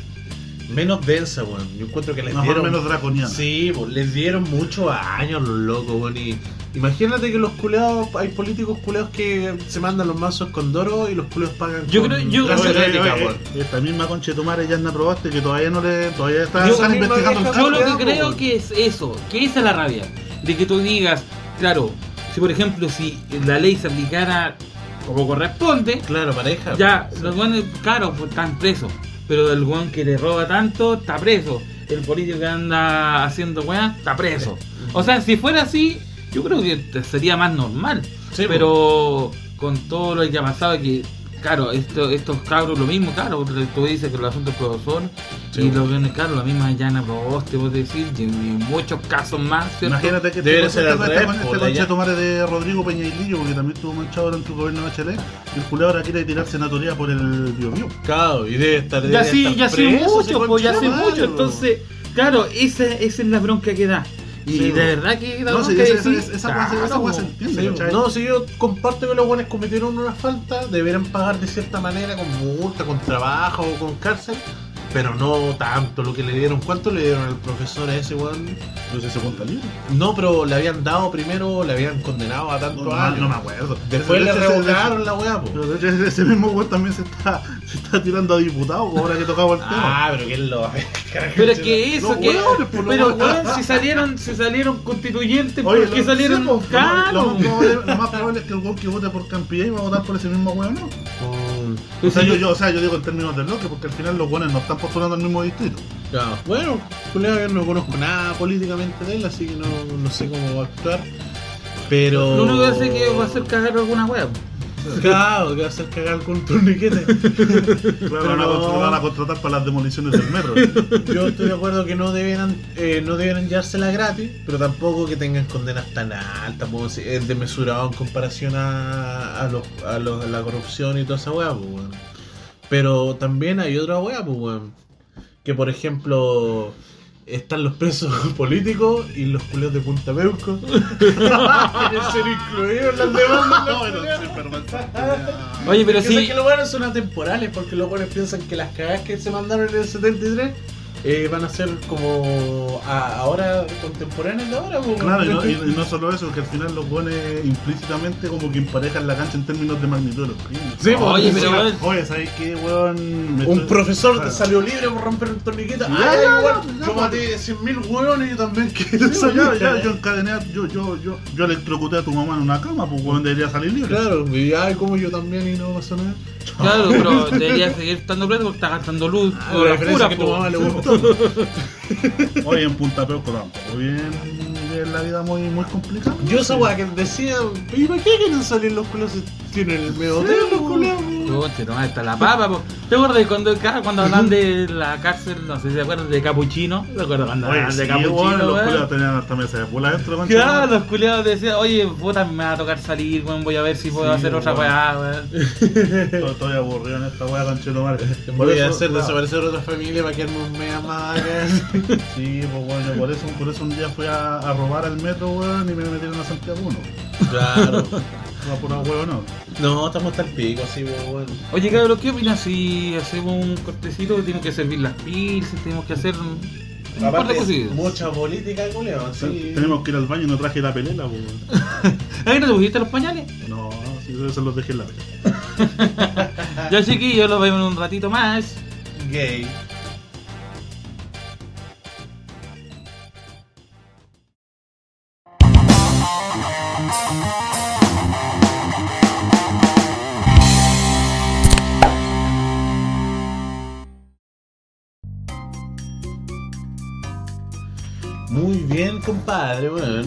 Speaker 3: Menos densa, weón. Yo encuentro que les
Speaker 2: mejor
Speaker 3: dieron.
Speaker 2: menos draconiano.
Speaker 3: Sí, pues, les dieron muchos años los locos, weón. y Imagínate que los culeados, hay políticos culeados que se mandan los mazos con Doro y los culeos pagan.
Speaker 4: Yo
Speaker 3: con
Speaker 4: creo- yo-
Speaker 2: Oye,
Speaker 3: la
Speaker 2: oye,
Speaker 3: soviética,
Speaker 2: oye,
Speaker 3: weón.
Speaker 2: esta misma conchetumare ya no probaste que todavía no le. todavía está,
Speaker 3: Yo
Speaker 2: están
Speaker 3: mismo
Speaker 2: investigando el
Speaker 3: dejo-
Speaker 4: Yo
Speaker 2: caso.
Speaker 4: lo que
Speaker 3: Claro,
Speaker 4: creo
Speaker 3: weón.
Speaker 4: que es eso, que esa es la rabia. De que tú digas, claro, si por ejemplo si la ley se aplicara como corresponde,
Speaker 3: Claro, pareja.
Speaker 4: ya, los buenos, claro, pues, están presos. Pero el guan que le roba tanto está preso. El político que anda haciendo weá está preso. O sea, si fuera así, yo creo que te- sería más normal.
Speaker 3: Sí, pues.
Speaker 4: pero con todo lo que ha pasado, que claro, esto, estos cabros lo mismo, claro, porque tú dices que los asuntos profesor
Speaker 3: Sí, pues.
Speaker 4: y
Speaker 3: bueno.
Speaker 4: los que claro, la misma Yana Proboste, vos decir, y en muchos casos más, ¿cierto?
Speaker 2: Imagínate que
Speaker 3: Debería
Speaker 2: este,
Speaker 3: ser al
Speaker 2: este,
Speaker 3: revés,
Speaker 2: este
Speaker 3: po, la
Speaker 2: conchetumare de Rodrigo Peña y Lillo, porque también estuvo manchado durante el gobierno de Bachelet, y el culiao ahora quiere tirar senatoría por el Bio Bio.
Speaker 3: Claro, y debe estar.
Speaker 4: Ya
Speaker 3: debe
Speaker 4: sí,
Speaker 3: estar
Speaker 4: ya sí
Speaker 3: preso,
Speaker 4: mucho,
Speaker 3: ese
Speaker 4: pues ya sí
Speaker 3: conchetumare,
Speaker 4: mucho,
Speaker 3: weón.
Speaker 4: entonces, claro, esa, esa es la bronca que da. Y
Speaker 2: Sí,
Speaker 4: de
Speaker 2: bueno.
Speaker 4: verdad que da
Speaker 2: No, sí,
Speaker 4: bronca
Speaker 2: esa-
Speaker 4: decir,
Speaker 2: esa- esa weá se- esa
Speaker 4: claro,
Speaker 2: weá se
Speaker 4: po.
Speaker 2: entiende,
Speaker 3: Sí,
Speaker 2: ¿cachai?
Speaker 3: no, si yo comparto que los buenos cometieron una falta, deberán pagar de cierta manera con multa, con trabajo o con cárcel, Pero no tanto lo que le dieron. ¿Cuánto le dieron al profesor a ese weón?
Speaker 2: No sé si cuenta libre.
Speaker 3: No, pero le habían dado primero, le habían condenado a
Speaker 2: No,
Speaker 3: tantos
Speaker 2: no,
Speaker 3: años.
Speaker 2: no me acuerdo.
Speaker 3: Después le
Speaker 2: Ese- ese-
Speaker 3: revocaron la weá, po.
Speaker 2: Pero de hecho, ese mismo weón también se está, se está tirando a diputado po, ahora que tocamos el tema.
Speaker 3: Ah, pero que lo.
Speaker 4: Pero es que eso,
Speaker 2: Los
Speaker 4: que.
Speaker 2: hueones, pues, los
Speaker 4: pero
Speaker 2: hueones.
Speaker 4: weón, si salieron, si salieron constituyentes,
Speaker 2: Oye,
Speaker 4: ¿por qué
Speaker 2: lo-
Speaker 4: salieron
Speaker 2: sí, po, lo más- Lo,
Speaker 4: caros?
Speaker 2: más probable- lo más probable es que el weón que vote por Campillay va a votar por ese mismo weón, ¿no? O
Speaker 3: Mm,
Speaker 4: Pues
Speaker 2: sea,
Speaker 4: sí,
Speaker 2: yo, yo- o sea, yo digo en términos de bloque, porque al final los weones no están postulando al mismo distrito.
Speaker 3: No, bueno, Julio, yo no conozco nada políticamente de él, así que no, no sé cómo va a actuar. Pero.
Speaker 4: Lo único que hace es que va a hacer cagar alguna wea.
Speaker 3: Claro, que va a hacer cagar con torniquete.
Speaker 2: Claro, van, a
Speaker 3: no.
Speaker 2: contratar, van a contratar para las demoliciones del metro.
Speaker 3: Yo estoy de acuerdo que no debieran, eh, no debieran llevársela gratis, pero tampoco que tengan condenas tan altas, po, si es desmesurado en comparación a, a, los, a, los- a la corrupción y toda esa weá, pues weón. Pero también hay otra weá, pues weón. Que por ejemplo, están los presos políticos y los culeos de Punta Peuco. Quieren ser incluidos en las demandas. los
Speaker 2: no,
Speaker 3: culeos.
Speaker 2: no, sí, pero bastante.
Speaker 4: Oye, pero
Speaker 3: Porque sé
Speaker 4: sí.
Speaker 3: que los buenos son atemporales, porque los buenos piensan que las cagadas que se mandaron en el 73 eh, van a ser como a- ahora contemporáneas de ahora. po.
Speaker 2: Claro, y no, y- y no solo eso, que al final los weones implícitamente como que emparejan la cancha en términos de magnitud de los crímenes.
Speaker 3: Sí, po,
Speaker 4: Oye,
Speaker 3: encima,
Speaker 4: pero weón.
Speaker 2: Oye, ¿sabes qué, weón? Me
Speaker 3: Un
Speaker 2: estoy-
Speaker 3: profesor te
Speaker 2: Claro.
Speaker 3: salió libre por romper un torniquete.
Speaker 2: Ya,
Speaker 3: Ah,
Speaker 2: ya,
Speaker 3: igual,
Speaker 2: ya,
Speaker 3: yo
Speaker 2: ya,
Speaker 3: maté 100.000 hueones y yo también quiero
Speaker 2: Sí,
Speaker 3: ser
Speaker 2: pues, yo,
Speaker 3: libre.
Speaker 2: yo, yo encadené, a- yo, yo, yo, yo electrocuté a tu mamá en una cama, pues weón debería salir libre.
Speaker 3: Claro, y ay, como yo también y no pasó nada.
Speaker 4: Claro, pero debería seguir estando preso porque está gastando luz.
Speaker 2: Ah,
Speaker 4: o Ah, la
Speaker 3: referencia
Speaker 4: cura,
Speaker 3: que tu
Speaker 4: po.
Speaker 3: mamá le gustó.
Speaker 2: Oye, en Punta Peuco tampoco. Bien, bien, la vida muy, muy complicada.
Speaker 3: Yo esa weá que decía, ¿y para qué quieren salir los culos si tienen el medio de los culos?
Speaker 4: Chucha, no, está la papa, po. ¿Te acuerdas cuando, cuando hablan de la cárcel, no sé si te acuerdas, de Capuchino? ¿Te acuerdas cuando
Speaker 2: Oye,
Speaker 4: hablan Ah, de
Speaker 2: sí,
Speaker 4: Capuchino?
Speaker 2: weón, los
Speaker 4: weón?
Speaker 2: culiados tenían hasta mesa de pula adentro, concha,
Speaker 4: Claro,
Speaker 2: weón.
Speaker 4: los culiados decían, oye, puta, me va a tocar salir, weón, voy a ver si puedo
Speaker 2: Sí,
Speaker 4: hacer otra
Speaker 2: weón.
Speaker 4: weá, weón.
Speaker 2: Estoy, estoy aburrido en esta weá, conchero madre.
Speaker 3: Voy a
Speaker 2: eso,
Speaker 3: hacer
Speaker 2: claro.
Speaker 3: desaparecer otra familia para quedarme un mega más acá.
Speaker 2: Sí, pues bueno, yo por eso, por eso un día fui a, a robar al metro, weón, y me metieron a Santiago 1.
Speaker 3: Claro.
Speaker 2: No, por una huevo, no.
Speaker 3: No, estamos hasta el pico así, weón.
Speaker 4: Oye, cabrón, ¿qué opinas si hacemos un cortecito? Tenemos que servir las pills, tenemos que hacer un un par de
Speaker 3: Aparte,
Speaker 4: cosillas.
Speaker 3: mucha política, culeo, así.
Speaker 2: Tenemos que ir al baño y no traje la pelela, pues. weón.
Speaker 4: ¿Ay, no te pusiste los pañales?
Speaker 2: No, sí, eso los dejé en la pelea. Ah.
Speaker 4: Ya, chiquillos, los vemos en un ratito más.
Speaker 3: Gay. Muy bien, compadre, bueno.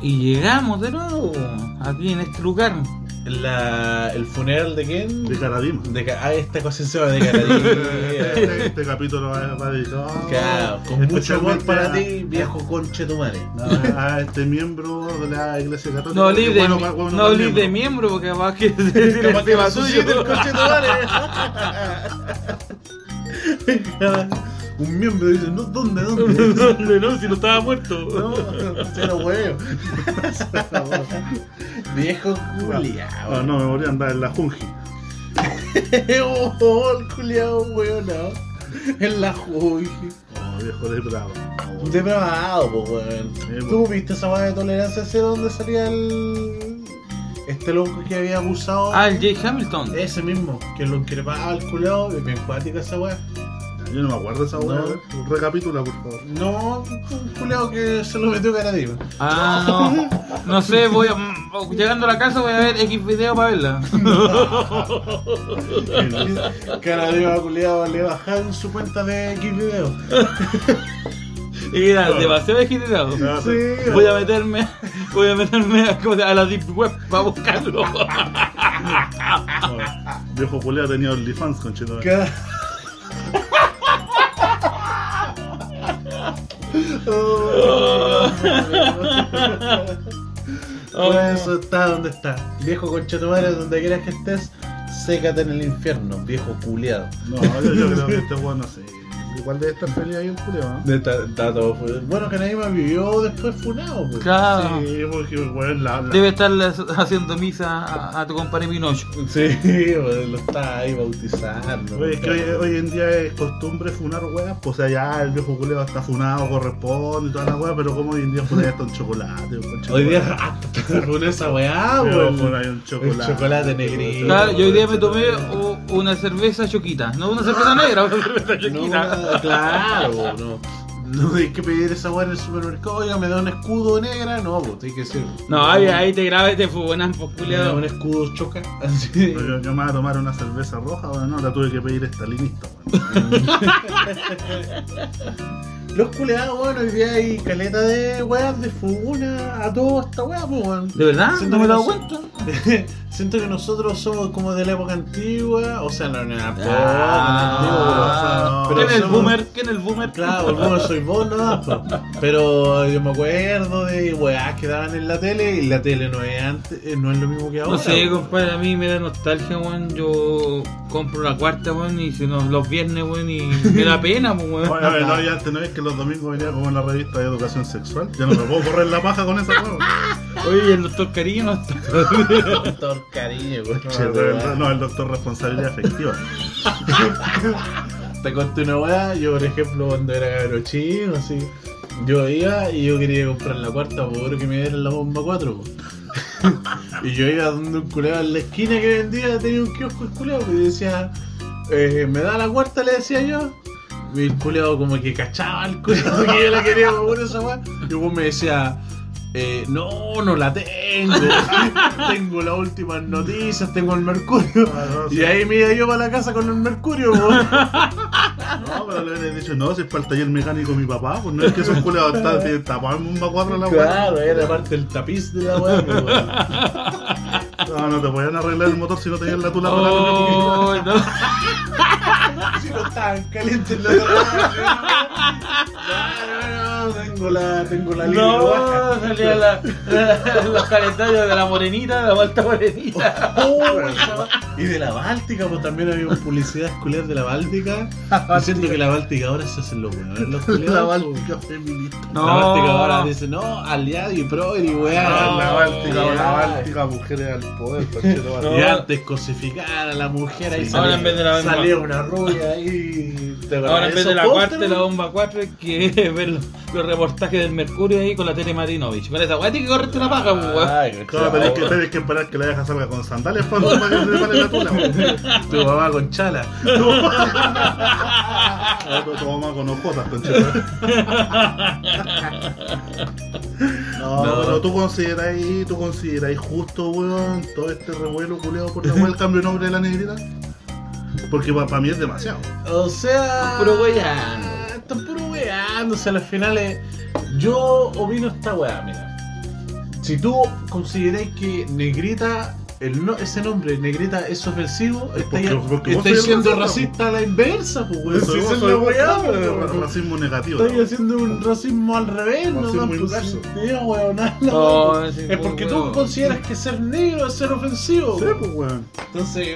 Speaker 4: Y llegamos de nuevo aquí en este lugar.
Speaker 3: La, ¿El funeral de quién?
Speaker 2: De Caradima.
Speaker 3: De Ca- ah, esta cosa se llama de Caradí.
Speaker 2: Este, este capítulo va, va dedicado.
Speaker 3: Claro, con mucho amor
Speaker 2: especialmente
Speaker 3: para
Speaker 2: a-
Speaker 3: ti, viejo conche tu madre.
Speaker 2: A, a este miembro de la iglesia católica.
Speaker 4: No hablé
Speaker 2: Qué
Speaker 4: de,
Speaker 2: bueno,
Speaker 4: mi-
Speaker 2: pa- bueno,
Speaker 4: no
Speaker 2: pa-
Speaker 4: hablé de miembro porque capaz que se
Speaker 3: Capaz
Speaker 4: tira
Speaker 3: que
Speaker 4: encima
Speaker 3: resucite
Speaker 4: tuyo.
Speaker 3: el conche tu madre. Un miembro dice, no, ¿dónde, dónde?
Speaker 4: ¿Dónde no? Si no estaba muerto.
Speaker 3: No, se lo huevo. Viejo culiao.
Speaker 2: Ah, no, me voy a andar en la Junji.
Speaker 3: oh, el culiao, weón, no. En la juve.
Speaker 2: Oh, viejo de bravo.
Speaker 3: Depravado, po, weón.
Speaker 2: Eh,
Speaker 3: ¿Tú
Speaker 2: po.
Speaker 3: viste esa weá de tolerancia hacia dónde salía el. Este loco que había abusado?
Speaker 4: Ah, el Jay Hamilton.
Speaker 3: Ese mismo, que lo increpaba al culo, bien cuática esa weá.
Speaker 2: Yo no me acuerdo esa hueá.
Speaker 3: No.
Speaker 2: Recapitula, por favor.
Speaker 3: No, un culeado que se lo metió cara arriba.
Speaker 4: Ah, no. No sé, voy a, mm, llegando a la casa voy a ver X video para verla.
Speaker 3: Cara arriba culeado le bajaron su cuenta de X video.
Speaker 4: Y era demasiado agitado.
Speaker 2: No, Ah, sí.
Speaker 4: Voy a meterme, voy a meterme a, ¿cómo se llama? a la deep web para buscarlo.
Speaker 2: Oh, Viejo culeo tenía OnlyFans, conchito.
Speaker 3: Cara- Oh, Por eso está donde está. Viejo conchetumare, donde quieras que estés, sécate en el infierno, viejo culeado.
Speaker 2: No, yo, yo creo que este hueón no sé. Igual debe estar feliz ahí el culiao, ¿eh? ¿no?
Speaker 3: De ta- ta- todo fu- Bueno, que nadie más vivió después funado, pues.
Speaker 4: Claro.
Speaker 2: Sí, porque, weón, la, la-
Speaker 4: Debe estar haciendo misa a, a tu compadre Pinocho.
Speaker 3: Sí, pues, lo está ahí bautizando.
Speaker 2: Oye, es que hoy, hoy en día es costumbre funar weas, pues o sea, ya el viejo culeo está funado, corresponde y toda la wea, pero como hoy en día pues ya está un chocolate, un chocolate.
Speaker 3: Hoy día rata, con esa weá,
Speaker 2: Pero,
Speaker 3: weón.
Speaker 2: pues, hay un chocolate.
Speaker 3: chocolate negrito.
Speaker 4: Claro, yo hoy día me tomé u- una cerveza choquita. No una cerveza negra, una cerveza
Speaker 3: No,
Speaker 4: choquita.
Speaker 3: una- claro, no. No hay que pedir esa weá en el supermercado, oiga, me da un escudo negra, no, pues hay que decir.
Speaker 4: No, ahí, ahí te grabé, este pues, te fue buena
Speaker 3: Culeado,
Speaker 4: culiado.
Speaker 3: un escudo choca. Así.
Speaker 2: Yo, yo me voy a tomar una cerveza roja, bueno, no, la tuve que pedir estalinista, weón.
Speaker 3: Los culeados, bueno, hoy día hay caleta de weas de fuguna a toda esta wea, pues, weón.
Speaker 4: ¿De verdad?
Speaker 3: Siento
Speaker 4: No me he
Speaker 3: que
Speaker 4: dado
Speaker 3: no sé.
Speaker 4: cuenta.
Speaker 3: Siento que nosotros somos como de la época antigua, o sea, no, no, no, no,
Speaker 4: Ah,
Speaker 3: no, no, no, no, no,
Speaker 4: ¿Quién es el
Speaker 3: somos-
Speaker 4: boomer? ¿Quién es el boomer?
Speaker 3: Claro, el boomer soy vos, no, po. pero yo me acuerdo de weas que daban en la tele y la tele no es antes, eh, no es lo mismo que ahora.
Speaker 4: No sé,
Speaker 3: po.
Speaker 4: compadre, a mí me da nostalgia, weón. Yo compro la cuarta, weón, y se nos los viernes, weón, y me da pena, pues, weón.
Speaker 2: Oye, a ver, no, ya antes no es que los domingos venía como en la revista de educación sexual, ya no me puedo correr la paja con esa wea. weón.
Speaker 4: Oye, el doctor Cariño no está.
Speaker 3: Doctor cariño, weón.
Speaker 2: No, el- no, el doctor responsabilidad efectiva.
Speaker 3: Te conté una weá, yo por ejemplo cuando era cabrón chino, así, yo iba y yo quería comprar la cuarta por que me dieran la bomba 4. y yo iba donde un culeo en la esquina que vendía, tenía un kiosco el culeo, y decía, eh, me da la cuarta, le decía yo. Y el culeo como que cachaba el culeo que yo la quería por esa weá. Y vos me decía, eh, no, no la tengo. tengo las últimas noticias, tengo el mercurio.
Speaker 2: No, no, Ah, sí.
Speaker 3: Y ahí me iba yo para la casa con el mercurio, weón.
Speaker 2: No, pero le hubieran dicho, no, si es para el taller mecánico mi papá, pues no es que esos culeados están de taparme un bacuadro a la weá.
Speaker 3: Claro, era parte del tapiz de la weá, pues, weón.
Speaker 2: No, no te podían arreglar el motor si no tenías la tula para la
Speaker 4: Oh, no.
Speaker 3: Si no estaban calientes los No, no, no, tengo la, tengo la libre baja.
Speaker 4: No, salía la, la- los calendarios de la morenita, de la vuelta morenita.
Speaker 3: Oh, esa va- y de la Báltica, pues también había publicidades culiadas de la Báltica. Diciendo que la Báltica ahora se hacen los weones. Los culiados,
Speaker 2: La
Speaker 3: pues.
Speaker 2: Báltica feminista.
Speaker 4: No.
Speaker 3: La Báltica ahora dice, no, aliado y pro y weá.
Speaker 4: No,
Speaker 2: Ah, la Báltica,
Speaker 3: ya.
Speaker 2: la Báltica, mujeres al poder, conchetumare.
Speaker 4: No.
Speaker 3: Y antes cosificar a la mujer ahí
Speaker 2: Sí.
Speaker 3: salía,
Speaker 4: Ahora en vez de la-
Speaker 3: salía una rubia ahí. ¿te acordás
Speaker 4: Ahora en vez de
Speaker 3: esos
Speaker 4: la
Speaker 3: pósteres?
Speaker 4: cuarta, la bomba 4, hay que ver los, los reportajes del Mercurio ahí con la tele Marinovich. Con esa weá, tienes que correrte una paja, pues, weón.
Speaker 3: Ay,
Speaker 2: Claro, tenés que, tenés que esperar que la vieja salga con sandalias para para que se le pare la tula. weón.
Speaker 3: Tu mamá con chala.
Speaker 2: Ahora tu- Tu mamá con ojotas, conchetumare. No,
Speaker 3: No.
Speaker 2: pero tú consideráis, tú consideráis justo, weón, todo este revuelo culeado por la weá, el cambio de nombre de la negrita. Porque para mí es demasiado.
Speaker 3: O sea.
Speaker 4: Están puro weando.
Speaker 3: Están puro weando. O sea, al final es- Yo opino esta weá, mira. Si tú consideráis que Negrita. el no- ese nombre, Negrita, es ofensivo, estáis,
Speaker 2: porque- porque vos
Speaker 3: estáis
Speaker 2: sois
Speaker 3: siendo
Speaker 2: racista,
Speaker 3: racista a la inversa, pues, weón. Si
Speaker 2: Soy-
Speaker 3: esa es
Speaker 2: soy
Speaker 3: la
Speaker 2: vos,
Speaker 3: weá,
Speaker 2: claro,
Speaker 3: pues,
Speaker 2: pero
Speaker 3: weón.
Speaker 2: racismo negativo.
Speaker 3: Estáis haciendo un racismo al revés, no
Speaker 2: Racismo
Speaker 3: Pues,
Speaker 2: inverso.
Speaker 3: sí, weón, nada,
Speaker 4: No,
Speaker 3: weón.
Speaker 4: sí,
Speaker 3: Es porque tú
Speaker 4: Oh, weón.
Speaker 3: consideras que ser negro es ser ofensivo.
Speaker 2: Sí,
Speaker 3: weón.
Speaker 2: pues, weón.
Speaker 3: Entonces,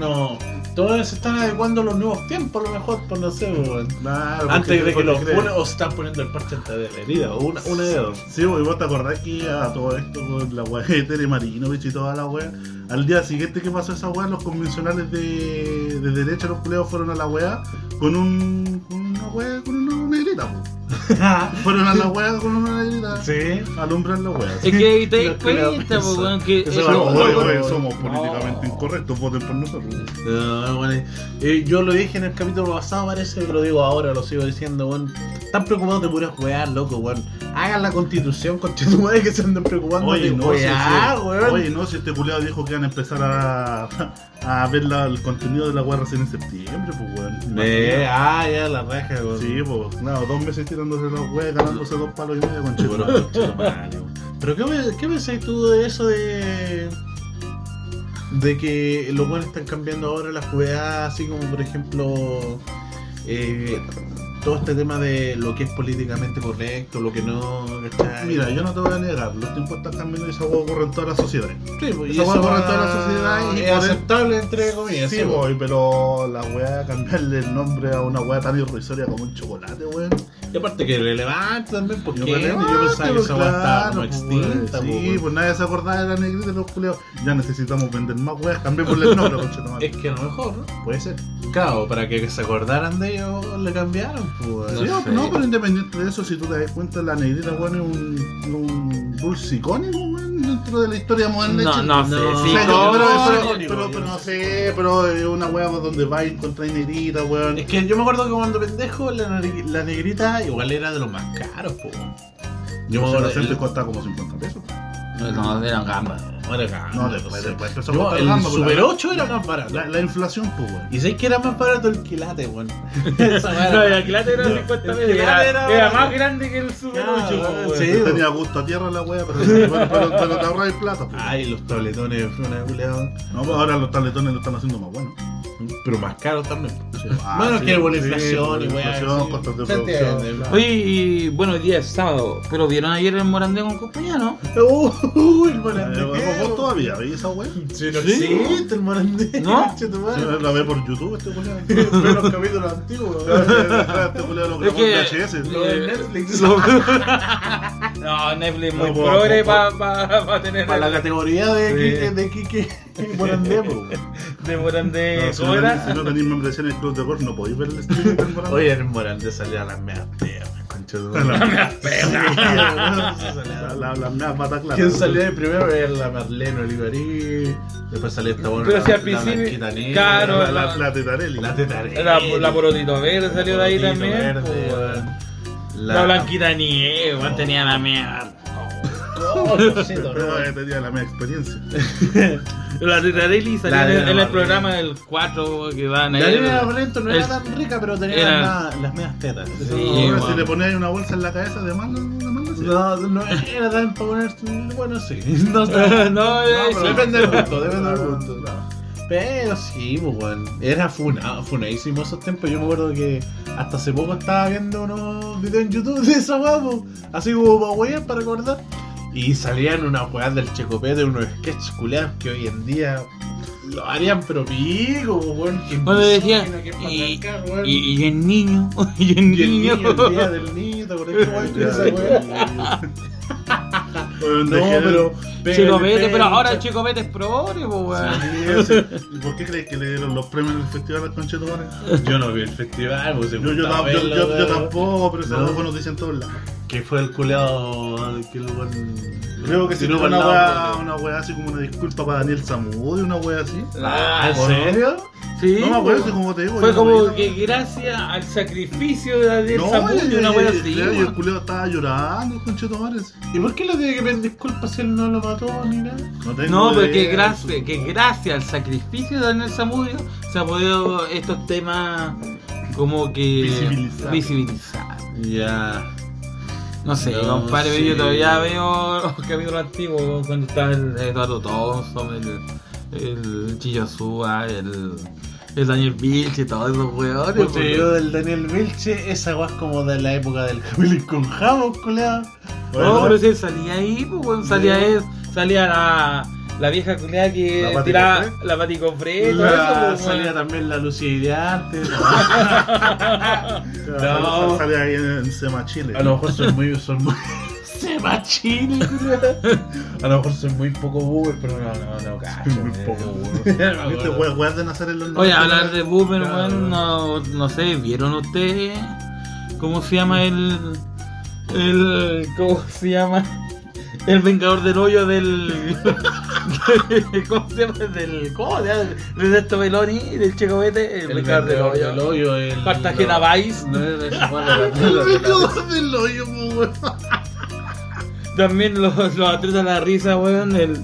Speaker 3: no. Todos se están adecuando a los nuevos tiempos, a lo mejor, pues no sé, weón.
Speaker 2: Claro, porque-
Speaker 3: Antes de que
Speaker 2: porque
Speaker 3: los
Speaker 2: creen.
Speaker 3: funen o se están poniendo el parche antes de la herida, o una, una de dos.
Speaker 2: Sí, pues, y vos te acordás que a todo esto con la weá de Tere Marino, bicho, y toda la weá. Al día siguiente que pasó esa weá, los convencionales de, de derecha, los culeados fueron a la weá con un. con una weá, con una negrita, pues. Fueron a la weá con una negrita.
Speaker 3: sí.
Speaker 2: a Alumbrar la weá.
Speaker 4: Es que ahí te das
Speaker 3: Los culiados
Speaker 4: cuenta, pues,
Speaker 3: son-
Speaker 4: weón, que.
Speaker 3: que
Speaker 4: eh,
Speaker 3: son
Speaker 2: No,
Speaker 4: los-
Speaker 2: oye,
Speaker 3: no,
Speaker 2: oye,
Speaker 3: no.
Speaker 2: somos políticamente incorrectos, voten por nosotros.
Speaker 3: No, bueno, eh, yo lo dije en el capítulo pasado, parece que lo digo ahora, lo sigo diciendo, weón. Están preocupados de puras weas, loco, weón. Hagan la constitución, constitución, que se andan preocupando
Speaker 2: Oye,
Speaker 3: de
Speaker 2: no, si,
Speaker 3: weá,
Speaker 2: si-
Speaker 3: weón.
Speaker 2: oye, no, si este culiado dijo que iban a empezar a, a ver la- el contenido de la weá recién en septiembre, pues weón.
Speaker 3: Eh, ah, ya la raja, weón.
Speaker 2: Sí, pues, no, dos meses tirándose los weas, ganándose dos palos y medio con
Speaker 3: Yo,
Speaker 2: chico.
Speaker 3: bro, chico, Mario. Pero ¿qué, me- qué pensáis tú de eso de... De que los buenos están cambiando ahora las jugadas, así como por ejemplo... eh, todo este tema de lo que es políticamente correcto, lo que no, ¿cachai?
Speaker 2: Mira, yo no te voy a negar, los tiempos están cambiando y esa hueá ocurre en toda la sociedad.
Speaker 3: Sí, pues,
Speaker 2: esa hueá corre en toda la
Speaker 3: va-
Speaker 2: sociedad y
Speaker 3: es
Speaker 2: por el-
Speaker 3: aceptable entre comillas.
Speaker 2: Sí,
Speaker 3: sí, pues.
Speaker 2: voy, pero la weá, cambiarle el nombre a una weá tan irrisoria como un chocolate, weón.
Speaker 3: Y aparte que relevante también, porque
Speaker 2: Yo peleé, yo
Speaker 3: Ah,
Speaker 2: pensaba que esa weá estaba como
Speaker 3: pues,
Speaker 2: extinta,
Speaker 3: po,
Speaker 2: Sí,
Speaker 3: weón.
Speaker 2: pues nadie se acordaba de la negrita de los culeos. Ya necesitamos vender más weas, cambiémosle el nombre, conchetumare.
Speaker 3: Es que a lo mejor, ¿no?
Speaker 2: Puede ser.
Speaker 3: Claro, para que se acordaran de ellos, le cambiaron, pues.
Speaker 2: Sí,
Speaker 4: No
Speaker 2: No,
Speaker 4: sé.
Speaker 2: no, pero independiente de eso, si tú te das cuenta, la negrita, weón, es un, un dulce icónico, weón, dentro de la historia moderna. de
Speaker 4: No,
Speaker 2: Chile.
Speaker 4: no sé.
Speaker 3: No,
Speaker 4: sí,
Speaker 2: pero,
Speaker 4: no,
Speaker 2: pero,
Speaker 4: no,
Speaker 2: pero,
Speaker 3: no, no,
Speaker 2: pero-
Speaker 3: no,
Speaker 2: pero
Speaker 3: no
Speaker 2: no sé, pero es una wea donde va a encontrar negrita, weón.
Speaker 3: Es que yo me acuerdo que cuando pendejo, la, neg- la negrita igual era de los más caros, po. Yo me
Speaker 2: Yo
Speaker 3: acuerdo.
Speaker 2: me gente costaba como 50 pesos.
Speaker 4: no, no, eran gambas.
Speaker 3: No, era caro,
Speaker 2: No, después,
Speaker 3: sé.
Speaker 2: después empezó a
Speaker 3: Yo,
Speaker 2: costar
Speaker 3: el
Speaker 2: gamba, pues,
Speaker 3: Super
Speaker 2: la-
Speaker 3: 8 era más barato.
Speaker 2: La, la inflación, pues, weón.
Speaker 3: Y sé que era más barato el quilate, weón. Esa weá era-
Speaker 4: quilate
Speaker 3: era 50 veces, era- era más
Speaker 4: grande que el Super
Speaker 3: ocho, weón.
Speaker 2: Sí,
Speaker 3: Sí, weón.
Speaker 2: tenía gusto a tierra la wea, pero, pero, pero- pero te ahorras plata, pues.
Speaker 3: Ay, los tabletones, fue una culeada.
Speaker 2: No, pues ahora los tabletones lo están haciendo más bueno.
Speaker 3: Pero más caros también. po.
Speaker 2: Ah,
Speaker 3: bueno,
Speaker 2: sí,
Speaker 3: que buena
Speaker 2: sí,
Speaker 3: inflación y
Speaker 2: buena
Speaker 3: weá.
Speaker 2: inflación,
Speaker 3: sí.
Speaker 2: costos de
Speaker 3: Se
Speaker 2: producción.
Speaker 3: entiende, claro.
Speaker 4: Oye, y bueno, hoy día es sábado, pero vieron ayer el Morandé con compañía, ¿no?
Speaker 3: Uy, el
Speaker 2: Eh,
Speaker 3: morandé.
Speaker 2: ¿Vos vos todavía veis esa wea?
Speaker 3: Sí, no
Speaker 4: ¿Sí?
Speaker 3: existe el morandé.
Speaker 4: ¿No?
Speaker 3: conche tu madre.
Speaker 2: La ve por YouTube este culiao.
Speaker 3: Ve los capítulos antiguos.
Speaker 2: Este culiao lo grabó en
Speaker 4: Es que-
Speaker 2: VHS.
Speaker 3: Lo de Netflix.
Speaker 4: No, Netflix muy
Speaker 2: No, po,
Speaker 4: progre
Speaker 2: po,
Speaker 4: para tener
Speaker 3: Para la
Speaker 4: el-
Speaker 3: categoría de
Speaker 4: Sí.
Speaker 3: Kike, de Kike Morandé, po, weón.
Speaker 4: de Morandé.
Speaker 3: Eh,
Speaker 2: No, si,
Speaker 4: ¿Cómo
Speaker 2: no tenéis,
Speaker 4: era?
Speaker 2: si no tenéis membresía en el club de golf, no podéis ver el streaming del Morandé.
Speaker 3: Oye, el morandé salía a las meas perras, conche tu madre.
Speaker 2: Las meas
Speaker 3: perras. Se salía
Speaker 2: La-
Speaker 3: a las
Speaker 2: la- las meas patas claras.
Speaker 3: ¿Quién salió de primero? Era la Marlene Olivarí. Después salió esta buena.
Speaker 4: Pero
Speaker 3: la,
Speaker 4: si al
Speaker 3: la
Speaker 4: principio-
Speaker 3: Blanquita Negra,
Speaker 4: claro,
Speaker 2: La, la, la tetarelli.
Speaker 3: La Tetarelli.
Speaker 4: La, la Porotito Verde salió de ahí
Speaker 3: Porotito
Speaker 4: también.
Speaker 3: Verde,
Speaker 4: po,
Speaker 3: weón.
Speaker 4: weón.
Speaker 3: La,
Speaker 4: La Blanquita Nieve, weón, tenía la mierda.
Speaker 2: Pero eh, tenía la mea experiencia.
Speaker 4: La Ritarelli salió
Speaker 3: La de
Speaker 4: en, en el
Speaker 3: Morandé.
Speaker 4: programa del 4 que van ahí.
Speaker 3: La Elena Barreto no era
Speaker 4: el-
Speaker 3: tan rica, pero tenía
Speaker 4: era-
Speaker 3: las, las medias tetas.
Speaker 4: Sí,
Speaker 2: Ahora,
Speaker 4: weón.
Speaker 2: si le ponéis una bolsa en la cabeza, demanda, demanda. sí.
Speaker 3: No, no era tan para poner. Bueno, sí. No, sé.
Speaker 4: No, eh,
Speaker 3: pero
Speaker 4: sí.
Speaker 3: depende del gusto, depende del
Speaker 2: No,
Speaker 3: gusto.
Speaker 2: no.
Speaker 3: Pero sí, pues, weón. Era funado, funadísimo esos tiempos. Yo me acuerdo que hasta hace poco estaba viendo unos videos en YouTube de esa weá, pues, Así como para weón, para recordar. Y salían unas weas del Checopete, unos sketches culeados que hoy en día lo harían pero pico, pues, weón. Que
Speaker 4: Bueno, decía,
Speaker 3: misógino, que
Speaker 4: y-
Speaker 3: patriarcal, weón.
Speaker 4: Y, y el niño, y el
Speaker 3: Y el
Speaker 4: niño.
Speaker 3: niño, el día del niño, ¿te acordás que weón con Pues, esa weá?
Speaker 2: Weón,
Speaker 3: No,
Speaker 2: dejé de-
Speaker 3: pero.
Speaker 4: Chico Vete, pero ahora el Chico Vete es progre, po, weón.
Speaker 2: Sí, o sea, ¿y ¿Por qué crees que le dieron los premios en el festival al Concheto
Speaker 3: Yo no vi el festival, pues se
Speaker 2: Yo, yo,
Speaker 3: juntaba
Speaker 2: tam- yo-
Speaker 3: verlo,
Speaker 2: yo- yo
Speaker 3: weón.
Speaker 2: tampoco, pero esa
Speaker 3: No.
Speaker 2: no. fue noticia en todos lados.
Speaker 3: Que fue el culeado que el buen-
Speaker 2: Creo que si
Speaker 3: tiró
Speaker 2: tuvo
Speaker 3: para
Speaker 2: una
Speaker 3: el lado, pues,
Speaker 2: weá, una weá así como una disculpa para Daniel Zamudio, una weá así.
Speaker 4: Ah,
Speaker 3: ¿En serio?
Speaker 4: Sí,
Speaker 2: No me
Speaker 4: po.
Speaker 2: acuerdo, si como te digo.
Speaker 4: Fue
Speaker 2: yo no
Speaker 4: como
Speaker 2: veía-
Speaker 4: que gracias al sacrificio de Daniel
Speaker 2: No,
Speaker 4: Zamudio, una wea
Speaker 2: y-
Speaker 4: así.
Speaker 2: y- y el
Speaker 4: weón.
Speaker 2: culeo estaba llorando, Concheto
Speaker 3: ¿Y por qué le tiene que pedir disculpas si él no lo mató ni nada?
Speaker 4: No, pero que gracias, que gracias al sacrificio de Daniel Zamudio se ha podido estos temas como que
Speaker 2: Visibilizar.
Speaker 4: visibilizar.
Speaker 3: Ya.
Speaker 4: No sé,
Speaker 3: No,
Speaker 4: compadre, pero
Speaker 3: sí.
Speaker 4: yo todavía veo los capítulos antiguos cuando estaba el Eduardo Thompson, el, el Chillo Azúa, el, el Daniel Vilche y todos esos weones.
Speaker 3: Puta, yo del Daniel Vilche, esa weá es como de la época del Camilo con Jabo, culeado.
Speaker 4: No, pero si él salía ahí, pues weón, salía
Speaker 3: Sí.
Speaker 4: él, salía la, la vieja culiada
Speaker 2: La
Speaker 4: que
Speaker 2: Pati
Speaker 4: tiraba
Speaker 2: Cofré.
Speaker 4: la Pati Cofré, todo eso,
Speaker 3: La,
Speaker 4: pues,
Speaker 3: salía
Speaker 4: weón.
Speaker 3: también la Lucía Iriarte. No.
Speaker 2: No. Sale ahí en, en Sema Chile.
Speaker 3: A lo mejor son muy. Son muy se va chile, culiao. A lo mejor son muy poco boomer, pero no, no, no, cacho.
Speaker 2: Muy
Speaker 3: eh.
Speaker 2: poco
Speaker 3: No me
Speaker 2: ¿Viste
Speaker 3: acuerdo.
Speaker 2: weas weas de nacer en los
Speaker 4: Oye,
Speaker 2: 90?
Speaker 4: hablar de Boomer,
Speaker 3: Claro.
Speaker 4: weón, no, no sé, ¿vieron ustedes cómo se llama el. el. ¿Cómo se llama? El Vengador del Hoyo del. ¿Cómo se llama? Del. ¿Cómo se llama? De Ernesto Beloni, del Checo Vete, el,
Speaker 3: El
Speaker 4: Vengador del
Speaker 3: vendedor del
Speaker 4: Hoyo.
Speaker 3: hoyo, el.
Speaker 4: Cartagena
Speaker 3: no.
Speaker 4: Vice.
Speaker 3: No era ese, bueno, la-
Speaker 2: El
Speaker 3: la- la-
Speaker 2: vengador del hoyo, po, pues, weón.
Speaker 4: También los, los atletas de la risa, weón, el.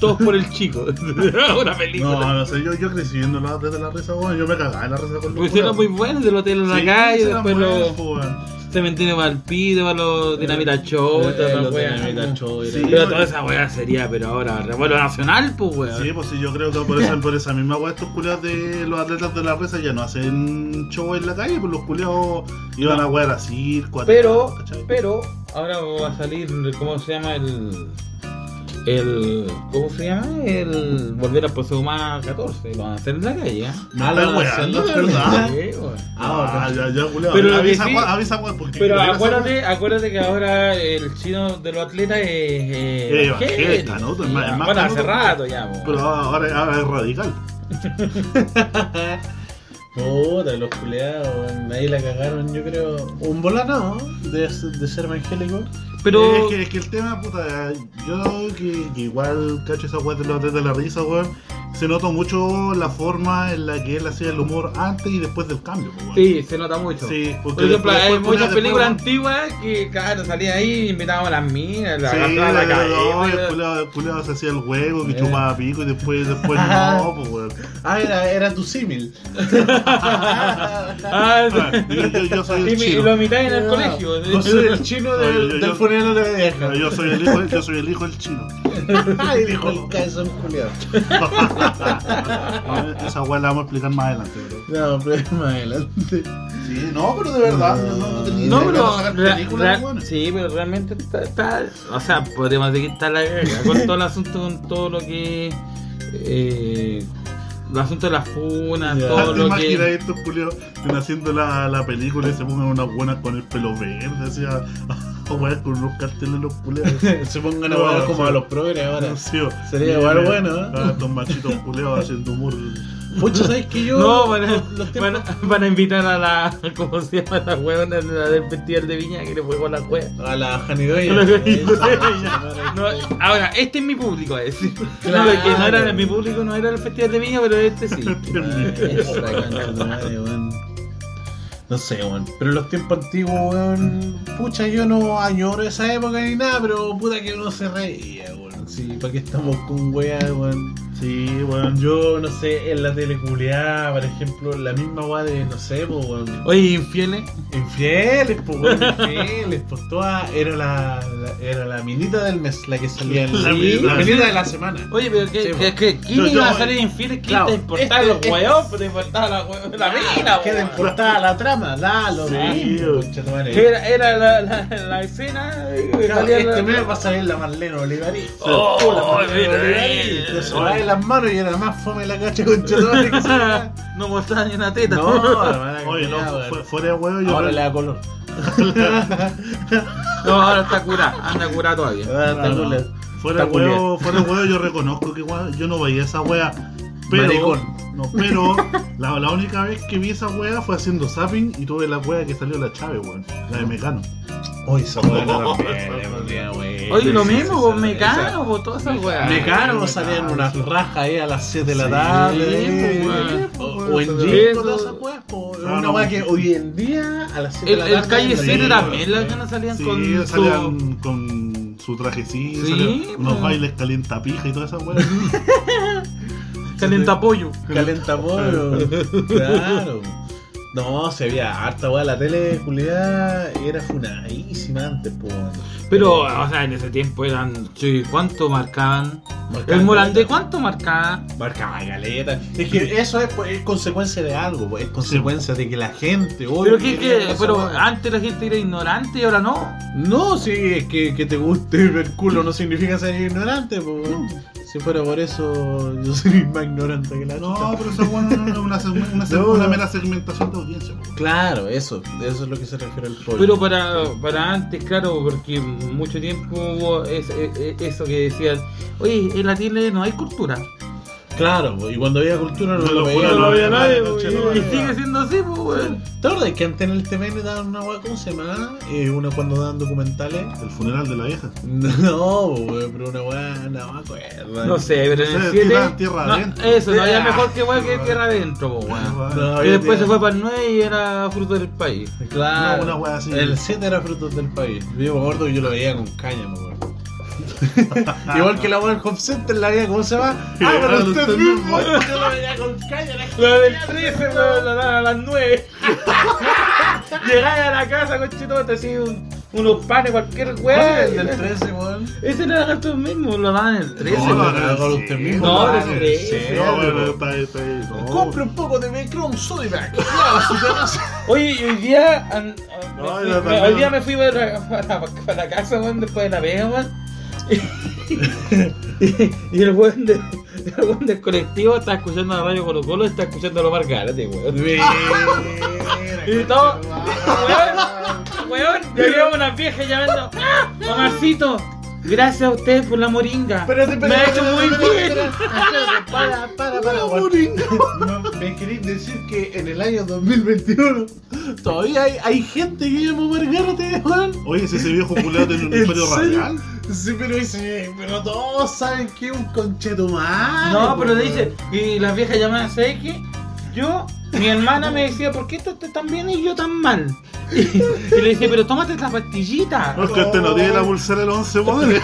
Speaker 4: Todos por el chico. Una
Speaker 2: No,
Speaker 4: película.
Speaker 2: no sé, yo, yo crecí viendo los atletas de la risa, weón. Yo me cagaba en la risa con los
Speaker 4: Pues eran
Speaker 2: culeos.
Speaker 4: muy buenos del hotel en la
Speaker 2: Sí,
Speaker 4: calle,
Speaker 2: eran
Speaker 4: después
Speaker 2: buenos,
Speaker 4: los.
Speaker 2: po, pues, weón.
Speaker 4: Se Cementerio Malpito, para los Dinamita Show,
Speaker 3: Eh,
Speaker 4: toda la
Speaker 3: los
Speaker 4: wea. Mm.
Speaker 3: Dinamita Show era-
Speaker 2: Sí.
Speaker 4: Pero toda esa weá sería, pero ahora, revuelo nacional, pues weón.
Speaker 2: Sí, pues sí, yo creo que por esa, por esa misma weá estos culiados de los atletas de la reza ya no hacen show en la calle, pues los culiados iban a wear a circo, a
Speaker 4: Pero,
Speaker 2: teatro, ¿cachai?
Speaker 4: pero, ahora va a salir, ¿cómo se llama el. El. ¿Cómo se llama? El. Volver al Paseo Más 14. Lo van a hacer en la calle. ¿eh?
Speaker 2: No está weando, es verdad.
Speaker 4: Sí, weón.
Speaker 2: Ah, ya, ya, culiado.
Speaker 4: Pero lo
Speaker 2: avisa,
Speaker 4: que sí-
Speaker 2: cua- avisa, cua- porque
Speaker 4: Pero
Speaker 2: culiao, esa
Speaker 4: acuérdate, acuérdate que ahora el chino de los atletas es. eh,
Speaker 2: Es evangelista,
Speaker 4: evangélico.
Speaker 2: ¿no? Es más- es más
Speaker 4: Bueno, hace
Speaker 2: canuto.
Speaker 4: rato ya,
Speaker 2: weá-
Speaker 4: po.
Speaker 2: pues. Pero ahora, ahora es radical.
Speaker 3: Puta, los culeados, ahí la cagaron, yo creo. Un volano de, de ser evangélico.
Speaker 4: Pero-
Speaker 2: Es que, es que el tema, puta, yo que, que igual cacho esa weá de los atletas de la risa, weón. Se notó mucho la forma en la que él hacía el humor antes y después del cambio, pues, weón.
Speaker 4: Sí, se nota mucho.
Speaker 2: Sí, porque
Speaker 4: Por ejemplo,
Speaker 2: después-
Speaker 4: hay
Speaker 2: después,
Speaker 4: muchas
Speaker 2: después,
Speaker 4: películas
Speaker 2: weón,
Speaker 4: antiguas que, claro, salían ahí, invitaban a las minas, la
Speaker 2: Sí,
Speaker 4: agarraban a
Speaker 2: no,
Speaker 4: la
Speaker 2: no,
Speaker 4: calle,
Speaker 2: el culiao- el culiao se hacía el huevo que
Speaker 3: Eh.
Speaker 2: chupaba pico y después, después no, pues weón.
Speaker 3: Ah, era, era tu símil.
Speaker 4: Ah,
Speaker 2: Ah, Yo, yo- yo soy
Speaker 4: y,
Speaker 2: el
Speaker 4: me- y lo
Speaker 2: chino.
Speaker 4: imitáis en el
Speaker 3: Ah,
Speaker 4: colegio.
Speaker 3: Vos sos el chino
Speaker 2: Yo- yo-
Speaker 3: del, del
Speaker 2: yo-
Speaker 3: funeral de la vieja.
Speaker 2: Yo soy el hijo, yo soy el hijo del chino.
Speaker 3: Ay, dijo el calzón culeado.
Speaker 2: Esa weá la vamos a explicar más adelante, bro.
Speaker 3: No, pero más adelante.
Speaker 2: Sí, no, pero de verdad, no, no, no tenía idea
Speaker 4: No,
Speaker 2: que iban a
Speaker 4: pero.
Speaker 2: sacar
Speaker 4: re-
Speaker 2: películas,
Speaker 4: re-
Speaker 2: weón.
Speaker 4: sí, pero realmente está, está- O sea, podríamos decir que está la caga con todo el asunto, con todo lo que. Eh, el asunto de las funas,
Speaker 3: Ya.
Speaker 4: todo
Speaker 2: ¿Te
Speaker 4: lo
Speaker 2: imaginas
Speaker 4: que.
Speaker 2: estos culiados están haciendo la, la película y se pongan unas buenas con el pelo verde, así a, a weas con unos carteles los culiados?
Speaker 3: Se pongan a
Speaker 2: No,
Speaker 3: jugar como
Speaker 2: sí.
Speaker 3: a los progres ahora.
Speaker 2: Sí, o-
Speaker 3: Sería
Speaker 2: y-
Speaker 3: igual bueno, ¿eh?
Speaker 2: ah, Estos machitos culiados haciendo humor.
Speaker 3: Mucho sabes que yo.
Speaker 4: No, van a,
Speaker 3: los tiempos-
Speaker 4: van, a, van a invitar a la. ¿Cómo se llama la huevona de la del festival de viña que le fue con la cueva?
Speaker 3: A la Janidoya.
Speaker 4: A la Janidoya. No, ahora, este es mi público, es decir. No, es que no era
Speaker 3: Claro.
Speaker 4: mi público, no era el festival de viña, pero este sí.
Speaker 3: Esa concha de madre, weón. No sé, weón. Pero los tiempos antiguos, weón. Pucha, yo no añoro esa época ni nada, pero puta que uno se reía, weón. Sí, ¿para qué estamos con weas, weón?
Speaker 2: Sí,
Speaker 3: Weón,
Speaker 2: weón.
Speaker 3: Yo, no sé, en la teleculeada, por ejemplo, la misma wea de, no sé, po, weón.
Speaker 4: Oye, infieles.
Speaker 3: Infieles, pues, weón, infieles, pues toda. Era la, la- era la minita del mes, la que salía en
Speaker 2: La
Speaker 3: la,
Speaker 2: minita.
Speaker 3: minita de la semana.
Speaker 4: Oye, pero
Speaker 3: Sí, pues.
Speaker 4: que,
Speaker 3: po.
Speaker 4: que, que, ¿quién
Speaker 2: Yo- yo-
Speaker 4: iba a salir infieles? ¿Quién
Speaker 3: eh, Claro,
Speaker 4: te importaba
Speaker 3: este-
Speaker 4: los
Speaker 3: este-
Speaker 4: hueones? Pero te importaba la, hue- la mina,
Speaker 3: ¿Qué le
Speaker 4: po, weón.
Speaker 3: importaba la trama? Da lo
Speaker 2: Sí,
Speaker 3: mismo,
Speaker 2: weón.
Speaker 3: concha tu madre.
Speaker 4: Que Era, era la, la, la escena. eh,
Speaker 3: Claro,
Speaker 4: salía
Speaker 3: este
Speaker 4: la-
Speaker 3: mes va a salir la Marlene Olivari.
Speaker 4: Oh,
Speaker 3: la Marlene
Speaker 4: mira, eh.
Speaker 3: Olivari.
Speaker 4: mira.
Speaker 3: Te sobaba en las manos y era más fome la cacha con chotón.
Speaker 4: No mostraba ni una teta.
Speaker 2: Oye, no, fu- fuera de huevo, yo
Speaker 3: Ahora
Speaker 2: creo-
Speaker 3: le da color.
Speaker 4: No, ahora está curada. Anda curada todavía.
Speaker 3: Ahora
Speaker 2: Ah,
Speaker 3: está
Speaker 2: no.
Speaker 3: color.
Speaker 2: Fuera
Speaker 3: Está
Speaker 2: huevo, fuera huevo, yo reconozco que igual yo no veía esa wea. Pero,
Speaker 3: Maricón.
Speaker 2: no, pero la, la única vez que vi esa wea fue haciendo zapping y tuve la wea que salió la Chave, weón. La de Mecano.
Speaker 3: Oye, esa buena
Speaker 2: Oh,
Speaker 3: también.
Speaker 4: Oye, lo mismo, pues me caro, pues todas esas weas.
Speaker 3: Me caro, salían unas rajas ahí a las 7 de la
Speaker 2: Sí,
Speaker 3: tarde.
Speaker 4: pues,
Speaker 3: eh,
Speaker 4: weón.
Speaker 3: O o en
Speaker 4: Eso.
Speaker 3: jeep, todas esas weas, pues.
Speaker 2: Ah, No,
Speaker 3: Una
Speaker 2: no.
Speaker 3: wea que hoy en día a las 7 de
Speaker 4: El,
Speaker 3: la
Speaker 4: el
Speaker 3: tarde.
Speaker 4: calle
Speaker 3: la
Speaker 2: Sí,
Speaker 4: 7
Speaker 3: llevan.
Speaker 4: también, las ganas salían
Speaker 2: Sí,
Speaker 4: con
Speaker 2: salían
Speaker 4: su.
Speaker 2: con su trajecito,
Speaker 4: Sí,
Speaker 2: salían unos
Speaker 4: pues.
Speaker 2: bailes calientapija y toda esa wea.
Speaker 4: Calentapollo.
Speaker 3: Calentapollo. claro. No, se veía harta weá. La tele culiada era funadísima antes, po. Eh,
Speaker 4: Pero, o sea, en ese tiempo eran. Sí, ¿cuánto marcaban?
Speaker 3: Marcaba
Speaker 4: El Morandé,
Speaker 3: caleta.
Speaker 4: ¿cuánto marcaba?
Speaker 3: Marcaba caleta. Es que eso es, pues, es consecuencia de algo, pues, es consecuencia de que la gente hoy.
Speaker 4: Pero, que,
Speaker 3: vive
Speaker 4: que-
Speaker 3: esa
Speaker 4: pero ah,
Speaker 3: weá.
Speaker 4: antes la gente era ignorante y ahora no.
Speaker 3: No, sí, es que, que te guste ver culo no significa ser ignorante, po. Si fuera por eso, yo soy más ignorante que la
Speaker 2: No,
Speaker 3: chucha.
Speaker 2: pero esa wea no era una, segmen- una, segmen-
Speaker 3: No,
Speaker 2: una
Speaker 3: no.
Speaker 2: mera segmentación de audiencia, po, weón.
Speaker 3: Claro, eso, eso es lo que se refiere al pollo.
Speaker 4: Pero para, para antes, claro, porque mucho tiempo hubo es- es- eso que decían, oye, en la tele no hay cultura.
Speaker 3: Claro, po, y cuando había cultura no,
Speaker 2: No
Speaker 3: lo
Speaker 2: lo
Speaker 3: veía.
Speaker 2: juro, no lo veía nadie,
Speaker 3: po,
Speaker 2: Che,
Speaker 4: Y-
Speaker 2: no, no,
Speaker 4: y
Speaker 2: no.
Speaker 4: sigue siendo así, pues, weón.
Speaker 3: ¿Te acuerdas que antes en el TVN daban una hueá con semana? Eh, una cuando daban documentales.
Speaker 2: El funeral de la vieja.
Speaker 3: No, wey, pero una hueá, no me acuerdo.
Speaker 4: No sé, pero en
Speaker 2: Sí,
Speaker 4: el 7...
Speaker 2: tierra- tierra
Speaker 4: no,
Speaker 2: adentro.
Speaker 4: Eso, no había
Speaker 3: Ah,
Speaker 4: mejor que weón que
Speaker 2: tierra
Speaker 4: tierra adentro, pues, weón.
Speaker 3: No,
Speaker 4: Y
Speaker 3: yo
Speaker 4: después
Speaker 3: te-
Speaker 4: se fue para el 9 y era fruto del país.
Speaker 3: Claro,
Speaker 2: No, una hueá así.
Speaker 3: El 7 era frutos del país. Yo me acuerdo que yo lo veía con caña, me acuerdo. Igual que la buena del home center, la vida, ¿cómo se va? Ah,
Speaker 2: Hágalo
Speaker 3: pero
Speaker 2: usted
Speaker 3: usted mismo.
Speaker 2: mismo.
Speaker 3: Yo la veía con caña, la
Speaker 4: La del 13, weón, la dan a las 9. Llegáis a la casa, conchito, te hacías un- unos panes, cualquier weón.
Speaker 3: El del 13, weón.
Speaker 4: Ese era el mismo, lo daban en el 13.
Speaker 2: No,
Speaker 4: weón.
Speaker 2: no,
Speaker 3: pero hágalo usted mismo.
Speaker 4: No,
Speaker 3: weón.
Speaker 4: pero es
Speaker 3: Sí,
Speaker 4: trece,
Speaker 2: Ah, No, bueno,
Speaker 3: weón.
Speaker 2: está ahí, está ahí. No.
Speaker 3: Compre un poco de Micron Sodivac. Claro, su terraza.
Speaker 4: Oye, y hoy día. an- an-
Speaker 2: No,
Speaker 4: me
Speaker 2: no,
Speaker 4: fui- me-
Speaker 2: no.
Speaker 4: hoy día me fui para, la- para la- para la casa, weón, después de la pega, weón. y, y el weón de- el weón del colectivo está escuchando la radio Colo Colo y está escuchando a Lomar Gárate, weón. Y todo- Weón, llegaba una vieja llamando. ¡Ah! Omarcito, gracias a usted por la moringa. Me ha hecho muy bien.
Speaker 3: Para, para, para. weón. No, Me queréis decir que en el año 2021 todavía hay, hay gente que llama a Margarete, weón.
Speaker 2: Oye, si ese viejo culeado tiene un
Speaker 3: ¿En
Speaker 2: imperio
Speaker 3: serio?
Speaker 2: radial.
Speaker 3: Sí, pero dice, pero todos saben que es un concheto más.
Speaker 4: No, pero le dice, y las viejas llamaban, ¿sabes qué? Yo, mi hermana me decía, ¿por qué tú estás tan bien y yo tan mal? Y, y le decía, pero tómate esta pastillita.
Speaker 2: No, es que este no tiene la pulsera del 11 modelo.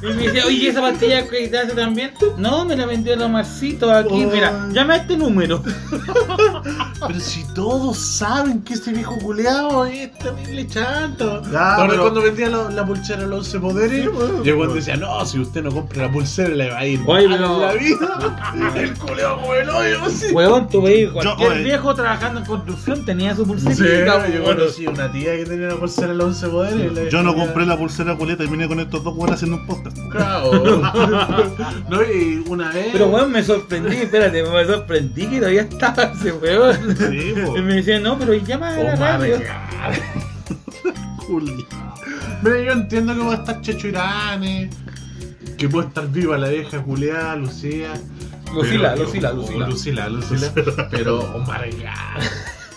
Speaker 4: Y me decía, oye, esa pastilla que te hace tan bien. No, me la vendió el Omarcito aquí,
Speaker 3: Ay.
Speaker 4: mira, llama a este número.
Speaker 3: Pero si todos saben que este viejo culeado es terrible chanto.
Speaker 2: Ya,
Speaker 3: Ahora
Speaker 2: pero-
Speaker 3: cuando vendía la, la pulsera a los 11 poderes,
Speaker 2: Sí, bueno.
Speaker 3: yo cuando decía, no, si usted no compra la pulsera le va a ir
Speaker 4: Oye,
Speaker 3: mal
Speaker 4: pero-
Speaker 3: en la vida. el culeado como el hoyo, pues, sí.
Speaker 4: Weón, tu veis,
Speaker 2: oye.
Speaker 4: cualquier viejo trabajando en construcción tenía su
Speaker 3: Sí,
Speaker 4: pulserita.
Speaker 3: yo
Speaker 4: weón.
Speaker 3: conocí una tía que tenía la pulsera a los 11 poderes. la-
Speaker 2: Yo no compré la pulsera culeta y vine con estos dos weones haciendo un podcast.
Speaker 3: Claro. no, y una vez.
Speaker 4: Pero weón, me sorprendí, espérate, me sorprendí que todavía estaba ese weón.
Speaker 2: Sí, po.
Speaker 4: Y
Speaker 3: pues.
Speaker 4: me decía, no, pero llama a la
Speaker 3: Oh, madre,
Speaker 4: radio.
Speaker 3: claro.
Speaker 2: Juli.
Speaker 3: Mira, yo entiendo que va a estar Checho Iranes, que puede estar viva la vieja Juliá, Lucía.
Speaker 4: Lucila,
Speaker 3: pero-
Speaker 4: Lucila,
Speaker 3: oh,
Speaker 4: Lucila.
Speaker 3: Lucila, Lucila. Pero Omar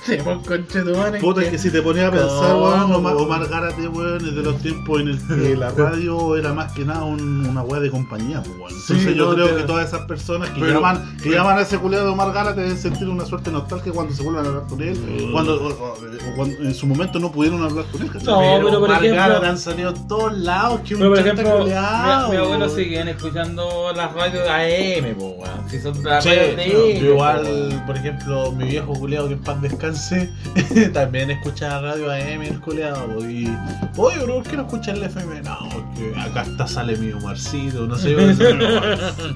Speaker 3: Tenemos conche tu madre.
Speaker 2: Puta, es que si te ponías a pensar,
Speaker 3: No,
Speaker 2: weón, Omar,
Speaker 3: weón.
Speaker 2: Omar Gárate, weón, es de los tiempos en el que la radio era más que nada un- una weá de compañía, pues, weón. Entonces
Speaker 3: Sí,
Speaker 2: yo
Speaker 3: no,
Speaker 2: creo
Speaker 3: te-
Speaker 2: que todas esas personas que
Speaker 3: Pero-
Speaker 2: llaman, que
Speaker 3: pero-
Speaker 2: llaman a ese culiado de Omar Gárate deben sentir una suerte nostálgica cuando se vuelvan a hablar con él, cuando, o- o- o cuando en su momento no pudieron hablar con él, ¿cachai?
Speaker 4: No, pero por
Speaker 3: Omar
Speaker 4: ejemplo-
Speaker 3: Gárate han salido a todos lados. Que un
Speaker 4: Pero por
Speaker 3: chanta
Speaker 4: ejemplo, mi,
Speaker 3: culiao,
Speaker 4: mi abuelo
Speaker 3: weón.
Speaker 4: siguen escuchando las radios AM, po, weón. Si son las
Speaker 3: Sí,
Speaker 4: radios de AM,
Speaker 3: yo
Speaker 4: po,
Speaker 3: igual,
Speaker 4: weón.
Speaker 3: por ejemplo, mi viejo culeado que en paz descanse, también escuchaba radio AM el culeado. po, Y, oye, bro, ¿por qué no escuchas el FM? No, que acá está sale mi Omarcito, no sé. yo, no sé, no.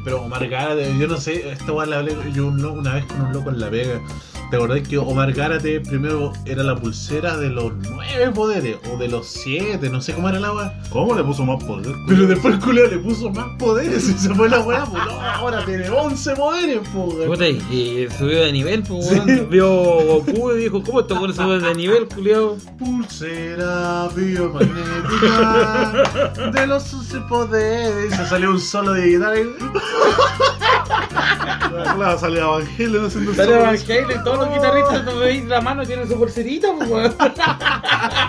Speaker 3: Pero Omar Gárate, yo no sé, esta weá la hablé yo un lo- una vez con un loco en La Vega. ¿Te acordás que Omar Gárate primero era la pulsera de los nueve poderes? O de los siete, no sé cómo era la weá.
Speaker 2: ¿Cómo le puso más poder?
Speaker 3: Pero después el culeado le puso más poderes y se fue la weá, pues no, ahora tiene 11 poderes, pues.
Speaker 4: Puta, y, y subió de nivel, po, weón. Vio Goku y dijo, ¿cómo estos weones suben de nivel, culiao?
Speaker 3: Pulsera biomagnética de los 11 poderes. Se salió un solo de guitarra y.
Speaker 2: Claro, sale Evangelio haciendo
Speaker 4: Sale
Speaker 2: solo.
Speaker 4: Van Halen, todos los guitarristas no veis la mano tienen su pulserita, po, weón.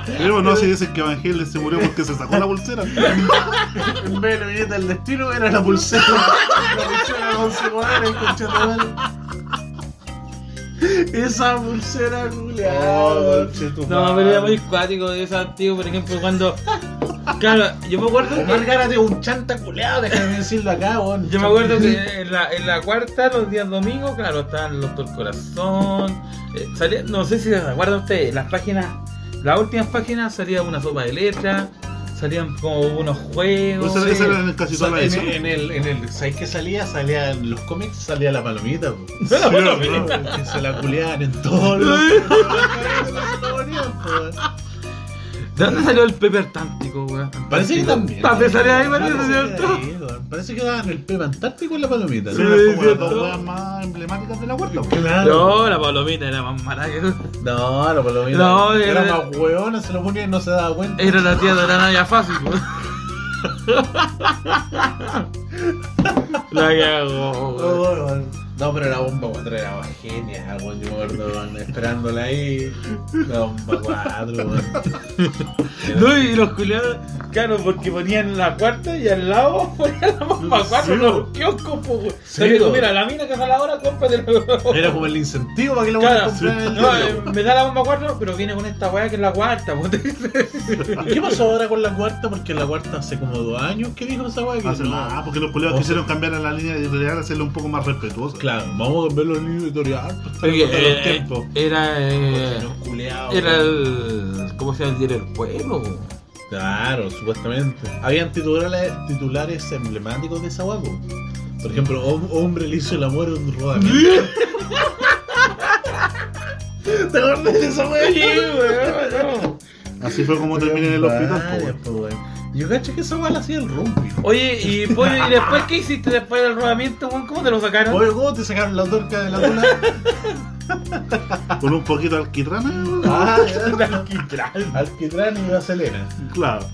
Speaker 2: Pero no, si dicen que Evangelio se murió porque se sacó la pulsera.
Speaker 3: En vez de la viñeta del destino, era la pulsera. La pulsera de 11 poderes, conchetumare. Esa pulsera, culiada.
Speaker 4: No, pero era muy cuático de esos antiguos, por ejemplo, cuando. Claro, yo me acuerdo que.
Speaker 3: Omar Gárate es un chanta culeado, déjame decirlo acá, weón.
Speaker 4: Yo me acuerdo que en la, en la cuarta, los días domingos, claro, estaban el Doctor Corazón. eh, salía- no sé si se acuerdan ustedes, las páginas, las últimas páginas salía una sopa de letras, salían como unos juegos.
Speaker 2: Esa- esa era en
Speaker 3: O
Speaker 2: casi
Speaker 3: sea,
Speaker 2: todas las
Speaker 3: en,
Speaker 2: ediciones.
Speaker 3: en el, en el, ¿sabes qué salía? Salía en los cómics, salía la palomita. po.
Speaker 2: Sí,
Speaker 3: Bueno,
Speaker 2: ¿no?
Speaker 3: que se la culeaban en todos los.
Speaker 4: ¿De dónde salió el Pepe Antártico, weón?
Speaker 3: Parece que también.
Speaker 4: También salía ahí, parece,
Speaker 3: Parece que
Speaker 4: ¿cierto?
Speaker 3: ahí, weón. Parece que daban el Pepe Antártico en la palomita.
Speaker 2: Sí, eran como las
Speaker 4: cierto.
Speaker 2: dos weas más emblemáticas de la huerta. po.
Speaker 3: Claro.
Speaker 4: No, la palomita era más mala que
Speaker 3: No, la palomita.
Speaker 4: No,
Speaker 3: era,
Speaker 4: era-
Speaker 3: más hueona, se lo ponía y no se daba cuenta.
Speaker 4: Era la tía de la Naya fácil, weón. La cagó, weón.
Speaker 3: Oh, weón. No, pero la bomba 4 era genial, weón. Yo me acuerdo, weón, esperándola ahí. La bomba 4, weón.
Speaker 4: No, y los culiados, claro, porque ponían la cuarta y al lado ponían la bomba
Speaker 2: Sí,
Speaker 4: cuatro,
Speaker 2: sí,
Speaker 4: los kioscos, po, güey.
Speaker 3: Sí,
Speaker 4: Te digo,
Speaker 3: güey.
Speaker 4: mira, la mina que sale ahora, cómprate la
Speaker 3: Era como el incentivo para que la
Speaker 4: Claro,
Speaker 3: weón comprara el
Speaker 4: no,
Speaker 3: diario.
Speaker 4: eh, me da la bomba 4, pero viene con esta weá que es la cuarta. po.
Speaker 3: ¿Y ¿Qué pasó ahora con la cuarta? Porque la cuarta hace como dos años que dijo esa weá que
Speaker 2: Hacerla-
Speaker 3: no.
Speaker 2: ah, porque los colegas
Speaker 3: O sea-
Speaker 2: quisieron cambiar a la línea editorial, hacerla un poco más respetuosa.
Speaker 3: Claro, vamos a cambiar los líneas editoriales.
Speaker 4: Oye,
Speaker 3: para pues, los
Speaker 4: eh,
Speaker 3: tiempos.
Speaker 4: Era, eh,
Speaker 3: Señor culeado,
Speaker 4: era
Speaker 3: weón.
Speaker 4: el. ¿Cómo se llama el diario del pueblo? po.
Speaker 3: Claro, supuestamente. Habían titulares, titulares emblemáticos de esa guapo. Por ejemplo, hom- hombre le hizo el amor a un rodamiento. ¿Te acuerdas de esa weá?
Speaker 2: Así fue como terminé en el hospital. po,
Speaker 3: Varias,
Speaker 2: weón.
Speaker 3: po, weón. Yo cacho que esa weá la hacía el rumpi.
Speaker 4: Oye, y, pues, ¿y después qué hiciste después del rodamiento, weón? ¿Cómo te lo sacaron?
Speaker 3: Oye, ¿cómo te sacaron la torca de la luna?
Speaker 2: Con un poquito de ¿eh? alquitrana, weón.
Speaker 3: ah, alquitrán. Alquitrán y vaselina.
Speaker 2: claro.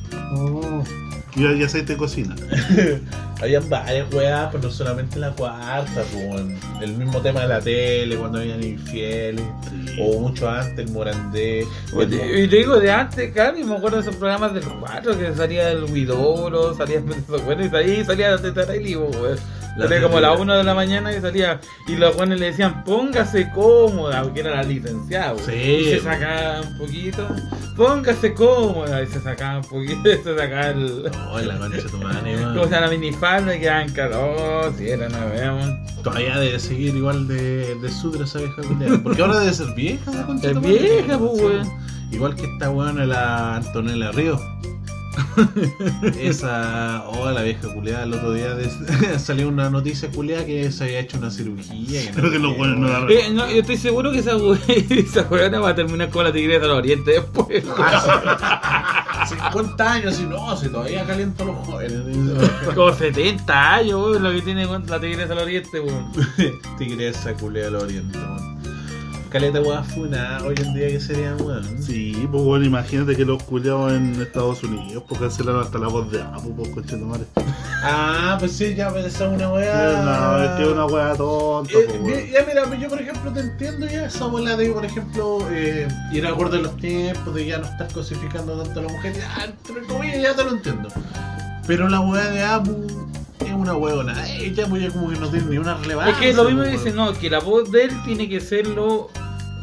Speaker 2: Y, y aceite de cocina.
Speaker 3: Habían varias weas, pero no solamente la cuarta, con el mismo tema de la tele, cuando habían infieles, o mucho antes, el Morandé.
Speaker 4: Oye, Y te digo de antes, claro, y me acuerdo de esos programas del 4 que salía el Widoro, salía esos güeyes, y salía, salía la teta Riley, po, güey.
Speaker 3: La
Speaker 4: Salía como a
Speaker 3: Teta
Speaker 4: las
Speaker 3: Riley.
Speaker 4: 1 de la mañana y salía, y los buenos le decían, póngase cómoda, porque era la licenciada, po.
Speaker 3: Sí.
Speaker 4: y se sacaba un poquito, póngase cómoda, y se sacaba un poquito, y se sacaba el,
Speaker 3: No, en la concha de tu madre, weón.
Speaker 4: o sea, la minifalda y quedaban calor, si era una vez, weón.
Speaker 3: Todavía debe seguir igual de, de sutra esa vieja culiada. Porque ahora debe ser vieja esa concha de
Speaker 4: Es
Speaker 3: tu madre,
Speaker 4: vieja, pues,
Speaker 3: sí.
Speaker 4: weón.
Speaker 3: Igual que esta weón, la Antonella Río. Esa, oh, la vieja culiada, el otro día des- salió una noticia culiada que se había hecho una cirugía. y no
Speaker 2: Creo
Speaker 3: sé
Speaker 2: que los
Speaker 3: qué,
Speaker 2: buenos no
Speaker 3: weón.
Speaker 2: la re-
Speaker 4: Eh, no, yo estoy seguro que esa güey- esa weona va a terminar como la tigresa del oriente después.
Speaker 3: Hace 50 años y no, si todavía caliento a los jóvenes.
Speaker 4: Como 70 años, weón, lo que tiene weón, la tigresa del oriente, weón.
Speaker 3: Tigresa culea del oriente, weón. Caleta weá funa, hoy en día que serían weón.
Speaker 2: Sí, pues bueno, imagínate que los culiados en Estados Unidos, pues cancelaron hasta la voz de Apu, pues conchetumare.
Speaker 3: Ah, pues sí, ya pensaba una
Speaker 2: No, es
Speaker 3: weá.
Speaker 2: que es una wea tonta,
Speaker 3: Ah. Eh,
Speaker 2: pues,
Speaker 3: mi-
Speaker 2: weón.
Speaker 3: ya mira, yo por ejemplo te entiendo ya esa bola de, por ejemplo, eh, ir a acuerdo de los tiempos, de ya no estar cosificando tanto a la mujer, ya, entre comillas, ya te lo entiendo. Pero la weá de Apu es una weona, ella pues ya como que no tiene ni una relevancia.
Speaker 4: es que lo mismo
Speaker 3: pues,
Speaker 4: dicen,
Speaker 3: weón.
Speaker 4: no, que la voz de él tiene que serlo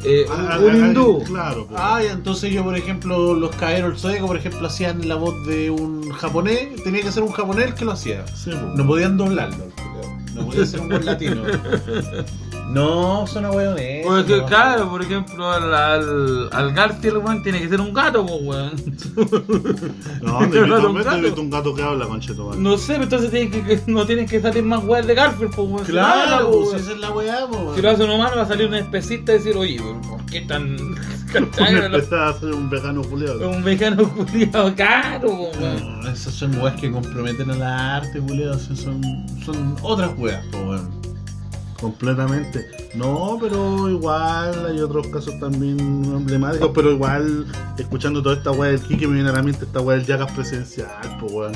Speaker 4: eh, un-
Speaker 2: Ah,
Speaker 4: un
Speaker 2: ah,
Speaker 4: hindú.
Speaker 2: Claro, pues.
Speaker 3: Ah, ya, entonces yo, por ejemplo, los caeros zodíaco, por ejemplo, hacían la voz de un japonés, tenía que ser un japonés el que lo hacía.
Speaker 2: sí, pues.
Speaker 3: No podían doblarlo, el culiao. no podía ser un buen latino. No, son hueones.
Speaker 4: Porque, Pues, claro, por ejemplo, al, al, al Garfield, weón, tiene que ser un gato, pues, weón.
Speaker 2: No,
Speaker 4: Pero
Speaker 2: te
Speaker 4: era
Speaker 2: invito,
Speaker 4: un
Speaker 2: me- te
Speaker 4: gato.
Speaker 2: invito un gato que habla, conchetumare.
Speaker 4: No sé, pero entonces tiene que, que- no tienen que salir más weas de Garfield, pues, weón.
Speaker 3: Claro,
Speaker 4: pues,
Speaker 3: pues esa es la weá,
Speaker 4: Si
Speaker 3: pues.
Speaker 4: lo hace un humano, va a salir un especista y decir, oye, weón, ¿por qué tan. ¿Cachai? Lo-
Speaker 2: Empezaba a ser un vegano culiado.
Speaker 4: un mexicano culiado caro, pues, weón.
Speaker 3: No, Esas son weas que comprometen a la arte, culiao, esas son, son otras weas, pues, weón.
Speaker 2: Completamente. No, pero igual hay otros casos también emblemáticos, pero igual escuchando toda esta weá del Kike me viene a la mente esta weá del Yacas presidencial, pues weón.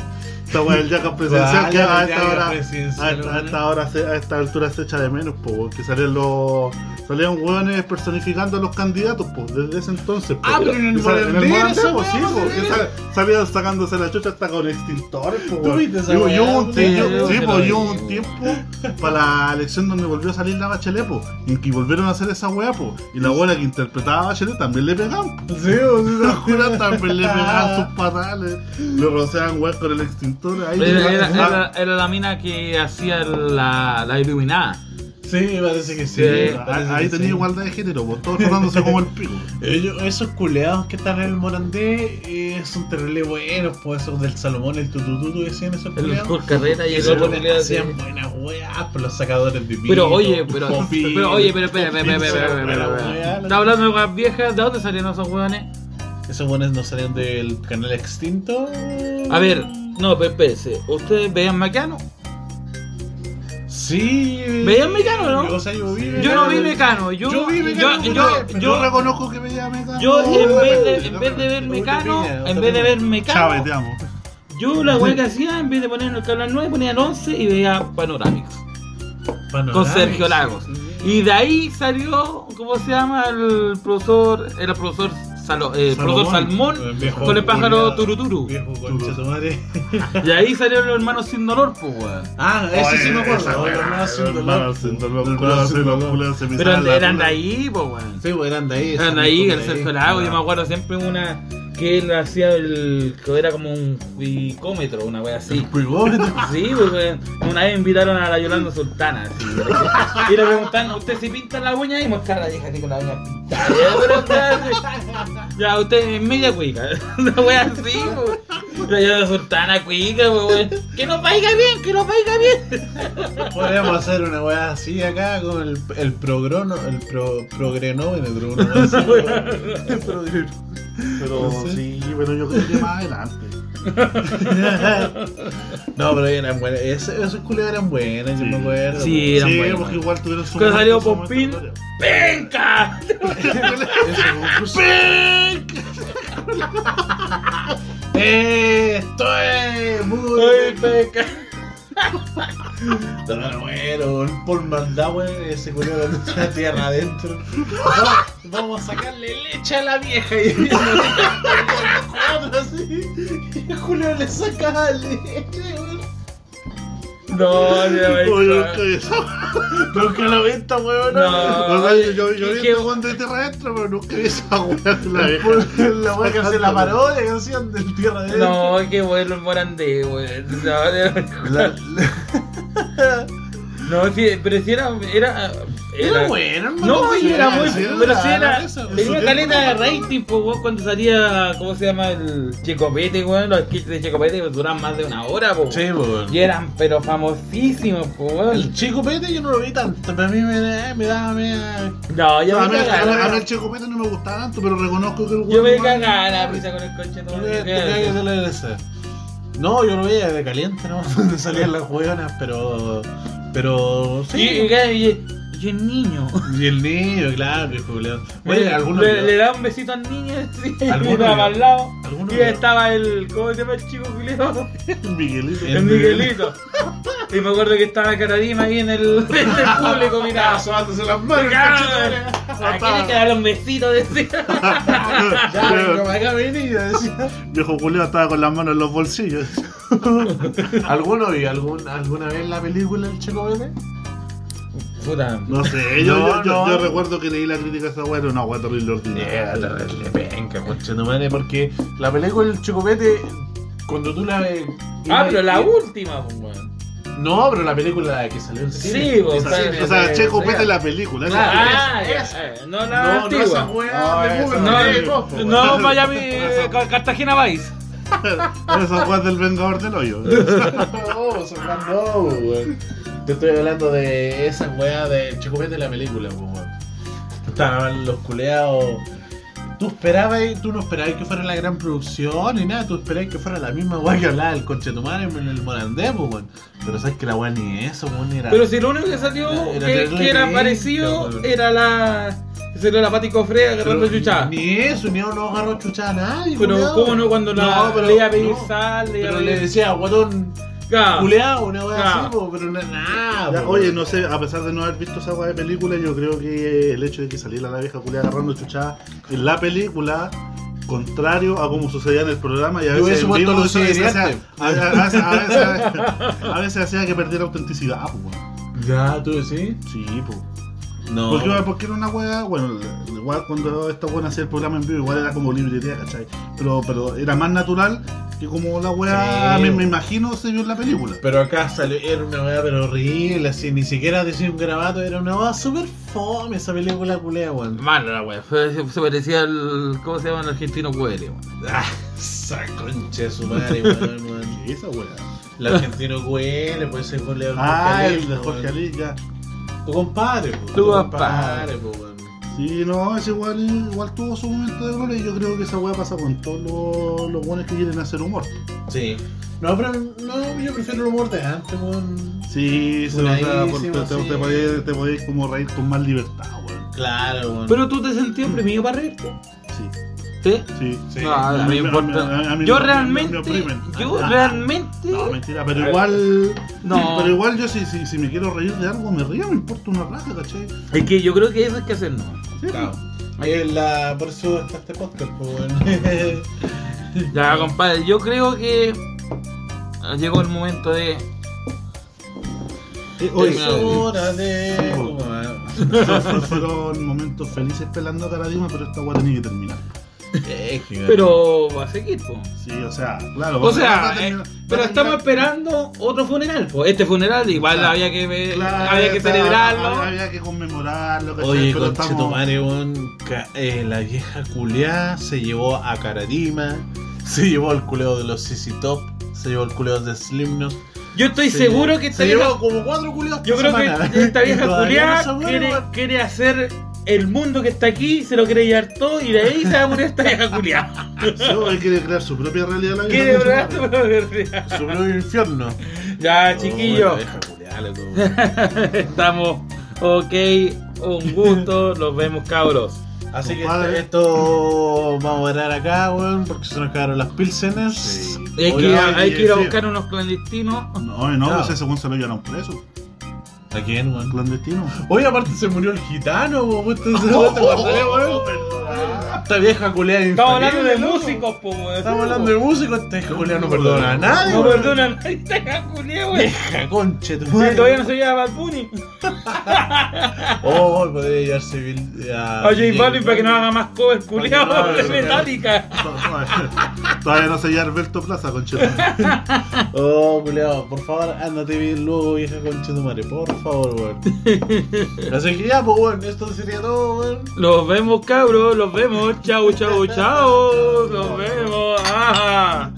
Speaker 2: Esta weá del Yacas presidencial que a esta hora, a esta, a esta hora se- a esta altura se echa de menos, pues weón, que salían los salían weones personificando a los candidatos, pues desde ese entonces. pues,
Speaker 3: Ah, pero
Speaker 2: weón.
Speaker 3: en el
Speaker 2: Y sal-
Speaker 3: Morandé,
Speaker 2: Morandé,
Speaker 3: esa
Speaker 2: pues,
Speaker 3: weá
Speaker 2: sí,
Speaker 3: no se
Speaker 2: pues, que
Speaker 3: ve.
Speaker 2: sal- salían sacándose la chucha hasta con extintores, pues
Speaker 3: ¿Tú
Speaker 2: weón.
Speaker 3: viste esa
Speaker 2: Y hubo-
Speaker 3: weá?
Speaker 2: y hubo un
Speaker 3: Sí,
Speaker 2: tiempo-
Speaker 4: yo
Speaker 2: sí,
Speaker 4: se
Speaker 2: pues,
Speaker 4: la
Speaker 2: y hubo un
Speaker 4: vi, weón.
Speaker 2: tiempo para la elección donde volvió a salir la Bachelet, po, en que volvieron a hacer esa weá, po, y la weá que interpretaba a Bachelet también le pegaban, po.
Speaker 3: Sí, pues,
Speaker 2: La jura también le pegaban sus patales, lo rociaban weá con el extintor ahí.
Speaker 4: Era,
Speaker 2: y-
Speaker 4: era-
Speaker 2: ah,
Speaker 4: era- era la mina que hacía la, la iluminada.
Speaker 3: sí, parece que sí.
Speaker 4: Sí,
Speaker 2: ah,
Speaker 3: parece
Speaker 2: ahí
Speaker 3: que
Speaker 2: tenía
Speaker 3: sí.
Speaker 2: igualdad de género, po, todos tratándose como el pico.
Speaker 3: Ellos, esos culeados que están en el Morandé eh, son terribles buenos, pues esos del Salomón, el tutututu decían esos
Speaker 4: El
Speaker 3: culeados.
Speaker 4: Kurt Carrera y
Speaker 3: Que
Speaker 4: el
Speaker 3: se
Speaker 4: otro
Speaker 3: ponen-
Speaker 4: culiao así.
Speaker 3: hacían buenas weas por los sacadores de pito,
Speaker 4: Pero oye, pero,
Speaker 3: popín,
Speaker 4: pero oye, pero espera, espera, espera,
Speaker 3: popín,
Speaker 4: espera, espera,
Speaker 3: la
Speaker 4: espera,
Speaker 3: wea,
Speaker 4: espera.
Speaker 3: la-
Speaker 4: Está hablando de weas viejas, ¿de dónde salieron esos weones?
Speaker 3: Esos buenos no salieron del canal extinto.
Speaker 4: A ver, no, pero espérense, ¿ustedes veían Mecano?
Speaker 3: Sí.
Speaker 4: ¿Veían Mecano, no?
Speaker 3: O sea, Eh, yo vi
Speaker 4: Yo no vi Mecano, yo,
Speaker 3: Yo vi Mecano,
Speaker 4: yo,
Speaker 3: pero-
Speaker 4: yo,
Speaker 2: Yo,
Speaker 4: yo,
Speaker 2: reconozco que me llame
Speaker 4: yo en vez de,
Speaker 2: verme
Speaker 4: en vez de ver
Speaker 3: no,
Speaker 4: Mecano,
Speaker 3: no, no, no,
Speaker 4: en vez de ver
Speaker 2: Chávez, te
Speaker 4: Mecano,
Speaker 2: amo.
Speaker 4: yo la wea que hacía, en vez de poner en el canal 9, ponía el 11 y veía Panorámicos.
Speaker 3: Panorama.
Speaker 4: con Sergio Lagos. Y de ahí salió, ¿cómo se llama? El profesor, era profesor, Salo- eh, profesor Salmón.
Speaker 3: Eh, viejo
Speaker 4: con el pájaro
Speaker 3: culiao,
Speaker 4: turuturu.
Speaker 3: Viejo concha tu madre.
Speaker 4: Y ahí salieron los hermanos sin dolor, pues, weón.
Speaker 3: Ah,
Speaker 2: Oye,
Speaker 3: eso sí me acuerdo.
Speaker 2: esa
Speaker 3: Los
Speaker 2: weá,
Speaker 3: hermanos sin
Speaker 2: los
Speaker 3: dolor.
Speaker 2: hermanos sin dolor,
Speaker 3: Los
Speaker 2: culiao,
Speaker 3: hermanos
Speaker 2: se-
Speaker 3: sin
Speaker 2: los
Speaker 3: dolor.
Speaker 2: culiao se me
Speaker 4: Pero
Speaker 2: salen la
Speaker 4: eran de
Speaker 2: tula.
Speaker 4: ahí, pues, weón.
Speaker 3: Sí, pues eran de ahí.
Speaker 4: Eran de
Speaker 3: esos
Speaker 4: ahí,
Speaker 3: locos
Speaker 4: el
Speaker 3: de ahí.
Speaker 4: Sergio Lago. Yo me
Speaker 3: Ah.
Speaker 4: acuerdo siempre una que él hacía el. que era como un cuicómetro, una wea así. Sí, pues, weón. una vez invitaron a la Yolanda Sultana. así. Y le preguntan, ¿usted se pinta la uña? Y mostrar a la vieja así con la uña pintada. Ya, pero usted así. Ya, usted es media cuica. Una wea así, pues. La Yolanda Sultana cuica, pues, weón. Que nos vaya bien, que nos vaya bien.
Speaker 3: Podríamos hacer una weá así acá con el, el progrono, el pro, progrenómetro, una weá así, weón. El progre-
Speaker 2: Pero
Speaker 3: No sé.
Speaker 2: sí, pero yo creo que más adelante.
Speaker 3: No, pero eran buenas, esos, esos culiados eran buenos, yo
Speaker 2: Sí.
Speaker 3: me acuerdo.
Speaker 4: Sí, eran
Speaker 2: Sí,
Speaker 4: buenos.
Speaker 2: porque igual tuvieron su.
Speaker 4: Cuando salió
Speaker 2: momento, este, su
Speaker 4: Popín.
Speaker 2: momento gloria.
Speaker 4: ¡Penca!
Speaker 3: Ese concurso. ¡Esto es muy
Speaker 4: ¡Ay,
Speaker 3: bien.
Speaker 4: penca!
Speaker 3: No, no, bueno, el Paul Mandawen, ese culiado con la tierra adentro. No, vamos a sacarle leche a la vieja y cuatro así. Y Julio le saca leche, weón.
Speaker 4: No, no,
Speaker 2: Oye,
Speaker 4: no.
Speaker 2: nunca vi esa-
Speaker 3: Nunca lo vi esta weón.
Speaker 4: No.
Speaker 2: o sea, yo- yo- yo
Speaker 4: ¿Qué-
Speaker 2: vi
Speaker 4: qué-
Speaker 2: este weón de tierra adentro, pero nunca vi esa weá de la vieja.
Speaker 3: La weón que hace la parodia canción del tierra adentro.
Speaker 4: No, qué bueno el morandé, weón. No, de-
Speaker 3: La-
Speaker 4: no sí, pero si era. Era,
Speaker 3: Era bueno, hermano.
Speaker 4: No, güey, era
Speaker 2: sí,
Speaker 4: muy.
Speaker 2: sí,
Speaker 4: pero
Speaker 3: sí,
Speaker 4: si
Speaker 3: era
Speaker 4: era.
Speaker 3: eso,
Speaker 4: Tenía
Speaker 2: eso,
Speaker 4: caleta de
Speaker 2: sí.
Speaker 4: rating, pues, weón, cuando salía. ¿Cómo se llama? El Checopete, weón. Los kits de Checopete duran más de una hora, pues.
Speaker 3: Sí, weón.
Speaker 4: Y eran, pero famosísimos, pues,
Speaker 3: El
Speaker 4: weón.
Speaker 3: chico pete yo no lo vi tanto, pero a mí me, me daba media.
Speaker 4: No, yo
Speaker 2: A mí,
Speaker 4: me
Speaker 2: a mí- a mí
Speaker 4: cagaba.
Speaker 2: el Checo Pérez no me gustaba tanto, pero reconozco que el
Speaker 4: Yo me
Speaker 2: más-
Speaker 4: cagaba la risa con el coche
Speaker 3: Tú
Speaker 4: todo.
Speaker 3: que- tú que te lo mereces. No, yo lo veía de caliente, ¿no? Donde salían las hueonas, pero. Pero.
Speaker 4: Y, y,
Speaker 3: Sí.
Speaker 4: y- y el niño.
Speaker 3: Y el niño, claro, viejo culiao. Oye, algunos.
Speaker 4: Eh, le, le da un besito al niño así,
Speaker 3: Algunos
Speaker 4: y miraba
Speaker 3: vio-
Speaker 4: al lado.
Speaker 3: algunos
Speaker 4: Y
Speaker 3: vio-
Speaker 4: estaba el. ¿Cómo se llama el chico Julio?
Speaker 2: El Miguelito.
Speaker 3: El
Speaker 4: El Miguelito. Y me acuerdo que estaba Caradima ahí en el, en el público, miraba.
Speaker 3: asomándose las
Speaker 4: Claro. ¿A quién le quedaron besitos? Decía.
Speaker 3: Ya, vengo para acá, mi niño, decía.
Speaker 2: Viejo Julio estaba con las manos en los bolsillos.
Speaker 3: ¿Alguno vio algún, alguna vez la película El Chico Pete?
Speaker 4: Puta.
Speaker 2: No sé, yo,
Speaker 3: No,
Speaker 2: yo, yo-
Speaker 3: no.
Speaker 2: yo recuerdo que leí la crítica a esa weá, era una weá terrible ordinaria.
Speaker 3: Era Eh, terrible penca, conchetumare, porque la película El Chico Pete, cuando tú la ves.
Speaker 4: Ah, pero la última, pues, weón.
Speaker 3: No, pero la película que salió en cine.
Speaker 4: Sí, pues,
Speaker 2: O sea,
Speaker 4: sí,
Speaker 2: o sea,
Speaker 4: sí,
Speaker 2: Checo
Speaker 4: sí.
Speaker 2: Pete la película. esa
Speaker 4: Claro,
Speaker 2: weá.
Speaker 4: ah, ya, eh, no la
Speaker 3: No, no
Speaker 4: antigua.
Speaker 3: esa weá de
Speaker 2: No,
Speaker 3: Google,
Speaker 2: esa-
Speaker 3: no,
Speaker 2: no,
Speaker 3: de
Speaker 2: no.
Speaker 3: Copo, weón.
Speaker 4: No, Miami, eh, Ca- Cartagena Vice.
Speaker 2: Esa weá del Vengador del Hoyo.
Speaker 3: No, esa weá no, weón. Te estoy hablando de esa weá de Chocopete de la película, po, weón. Estaban los culeados. Tú esperabas, tú no esperabas que fuera la gran producción ni nada, tú esperabas que fuera la misma weá que hablaba el conchetumare en el morandé, po, weón. Pero sabes que la weá ni eso, weón, era.
Speaker 4: Pero si lo único que salió
Speaker 3: Era
Speaker 4: que,
Speaker 3: terrible
Speaker 4: que era
Speaker 3: penca,
Speaker 4: parecido
Speaker 3: weón.
Speaker 4: era la. que Salió la Pati Cofre agarrando
Speaker 3: Pero
Speaker 4: chuchada.
Speaker 3: Ni eso, ni no agarró chuchada a nadie,
Speaker 4: Pero
Speaker 3: culeado.
Speaker 4: cómo no cuando la
Speaker 3: No, pero
Speaker 4: le iba a pedir
Speaker 3: no.
Speaker 4: sal, le iba a
Speaker 3: Pero
Speaker 4: pedir- Ah.
Speaker 3: le decía, guatón,
Speaker 4: Claro.
Speaker 3: culeado, una weá
Speaker 4: Claro.
Speaker 3: así, po, pero na- nada.
Speaker 2: Ya,
Speaker 3: po,
Speaker 2: oye,
Speaker 3: weón.
Speaker 2: no sé, a pesar de no haber visto esa weá de película, yo creo que el hecho de que saliera la vieja culia agarrando chuchada en la película, contrario a como sucedía en el programa, y a
Speaker 3: Yo
Speaker 2: veces
Speaker 3: hubiese
Speaker 2: en
Speaker 3: puesto
Speaker 2: vivo,
Speaker 3: los
Speaker 2: eso- eso
Speaker 3: ingredientes.
Speaker 2: hacía- a, a- a- a veces- a veces hacía que perdiera autenticidad, pues, weón.
Speaker 3: Ya, tú decís.
Speaker 2: Sí, pues.
Speaker 3: No.
Speaker 2: Porque, porque era una weá, bueno, igual cuando esta buena hacía el programa en vivo, igual era como librería, ¿cachai? Pero, pero era más natural que como la weá,
Speaker 3: Sí.
Speaker 2: me, me imagino, se vio en la película.
Speaker 3: Pero acá salió, era una weá pero horrible, así, ni siquiera decía un grabato, era una weá súper fome esa película culea, weón.
Speaker 4: Mala la wea, fue- se, se parecía al. ¿Cómo se llama el argentino Cuele, weón?
Speaker 3: Ah, esa concha de su madre, weón, weón.
Speaker 2: Sí, esa weá.
Speaker 3: El argentino QL, pues ese culeo.
Speaker 2: Ah, el de Jorge Ali, ya.
Speaker 3: Tu compadre, po,
Speaker 4: Tu compadre.
Speaker 3: po, weón.
Speaker 2: Sí, no, es igual, igual tuvo su momento de gloria y yo creo que esa weá pasa con todos los, los buenos que quieren hacer humor.
Speaker 3: Sí. No, pero no, yo prefiero el humor de antes, weón.
Speaker 2: Sí, se nota, porque te,
Speaker 3: Buenísimo,
Speaker 2: te,
Speaker 3: sí.
Speaker 2: podéis- te podéis como reír con más libertad, weón.
Speaker 3: Claro, weón.
Speaker 4: Pero tú te sentías oprimido para reírte.
Speaker 2: Sí.
Speaker 4: ¿Sí?
Speaker 2: Sí.
Speaker 3: Sí.
Speaker 4: No, a mí me importa.
Speaker 2: a- a mí
Speaker 4: Yo
Speaker 2: me- me- me
Speaker 4: realmente.
Speaker 2: oprimen.
Speaker 4: Yo
Speaker 2: Ah,
Speaker 4: realmente.
Speaker 2: No, mentira, pero igual.
Speaker 4: No.
Speaker 2: Pero igual yo si, si, si me quiero reír de algo, me río, me importa una raja, ¿cachai?
Speaker 4: Es que yo creo que eso es que hacernos.
Speaker 2: Sí,
Speaker 3: Claro. Ahí es la. Por eso está este podcast, pues bueno.
Speaker 4: Ya, compadre, yo creo que. Llegó el momento de.
Speaker 2: Oye,
Speaker 3: es hora de. Bueno,
Speaker 2: Esos fueron momentos felices pelando a Caradima, pero esta weá tenía que terminar.
Speaker 3: es que-
Speaker 4: Pero va a seguir, po.
Speaker 2: Sí, o sea, claro.
Speaker 4: O
Speaker 2: va a
Speaker 4: sea, eh,
Speaker 2: terminar- va a
Speaker 4: pero estamos
Speaker 2: terminar-
Speaker 4: esperando otro funeral, po. Este funeral igual
Speaker 2: Claro.
Speaker 4: había que ver-
Speaker 2: Claro,
Speaker 4: había que
Speaker 2: está,
Speaker 4: celebrarlo.
Speaker 2: Había, había que conmemorarlo, ¿cachai?
Speaker 3: Oye,
Speaker 2: pero
Speaker 3: conche tu
Speaker 2: estamos.
Speaker 3: madre, weón, ca- eh, la vieja culeá se llevó a Karadima, se llevó al culeo de los CC Top, se llevó al culeo de Slimnos.
Speaker 4: Yo estoy
Speaker 3: se-
Speaker 4: seguro que esta
Speaker 3: se
Speaker 4: vieja,
Speaker 3: llevó como cuatro culeos.
Speaker 4: yo creo que esta vieja culiá quiere, quiere hacer el mundo que está aquí, se lo quiere llevar todo y de ahí se va a morir esta vieja culiá.
Speaker 2: Sí, oye, quiere crear su propia realidad la vida.
Speaker 4: Quiere hablar su propia realidad.
Speaker 3: Subió al infierno.
Speaker 4: Ya,
Speaker 3: Oh, la
Speaker 4: chiquillos,
Speaker 3: vieja culiá, loco.
Speaker 4: estamos ok, un gusto, nos vemos cabros.
Speaker 3: Así que
Speaker 2: Compadre.
Speaker 3: esto vamos a parar acá, weón, porque se nos cagaron las pilseners.
Speaker 2: Sí.
Speaker 4: Hay que,
Speaker 2: Oye,
Speaker 4: ir a- hay que ir a
Speaker 2: sí.
Speaker 4: buscar unos clandestinos.
Speaker 2: No, oye, no,
Speaker 3: Claro.
Speaker 2: pues ese weón se lo llevaron preso,
Speaker 3: ¿A quién, weón?
Speaker 2: clandestino.
Speaker 3: Oye, aparte se murió el gitano, weón. ¿Te acordás, weón?
Speaker 2: Oh,
Speaker 3: Esta vieja culea
Speaker 4: Estamos hablando de músicos, po, weón.
Speaker 3: Estamos hablando de músicos. Este Julián no perdona a nadie.
Speaker 4: No
Speaker 3: weón.
Speaker 4: perdona a nadie, esta vieja culiá, weón.
Speaker 3: Vieja conche tu
Speaker 4: Si
Speaker 3: madre.
Speaker 4: todavía no se lleva a Bad Bunny.
Speaker 3: Oh, podría llevarse bien a.
Speaker 4: A J Balvin para que no haga más
Speaker 3: Para
Speaker 4: cover
Speaker 3: que
Speaker 4: culiado
Speaker 3: no
Speaker 4: de
Speaker 3: haga-
Speaker 4: Metallica.
Speaker 2: Todavía no se lleva Alberto Plaza, conchetumare.
Speaker 3: Oh, culeado, por favor, ándate bien luego, vieja conche tu madre. Por favor, weón. Así que ya, pues, weón, esto sería todo, weón.
Speaker 4: Los vemos, Ah, cabros, los vemos. Chau, chau, chau. Los vemos. Ajá.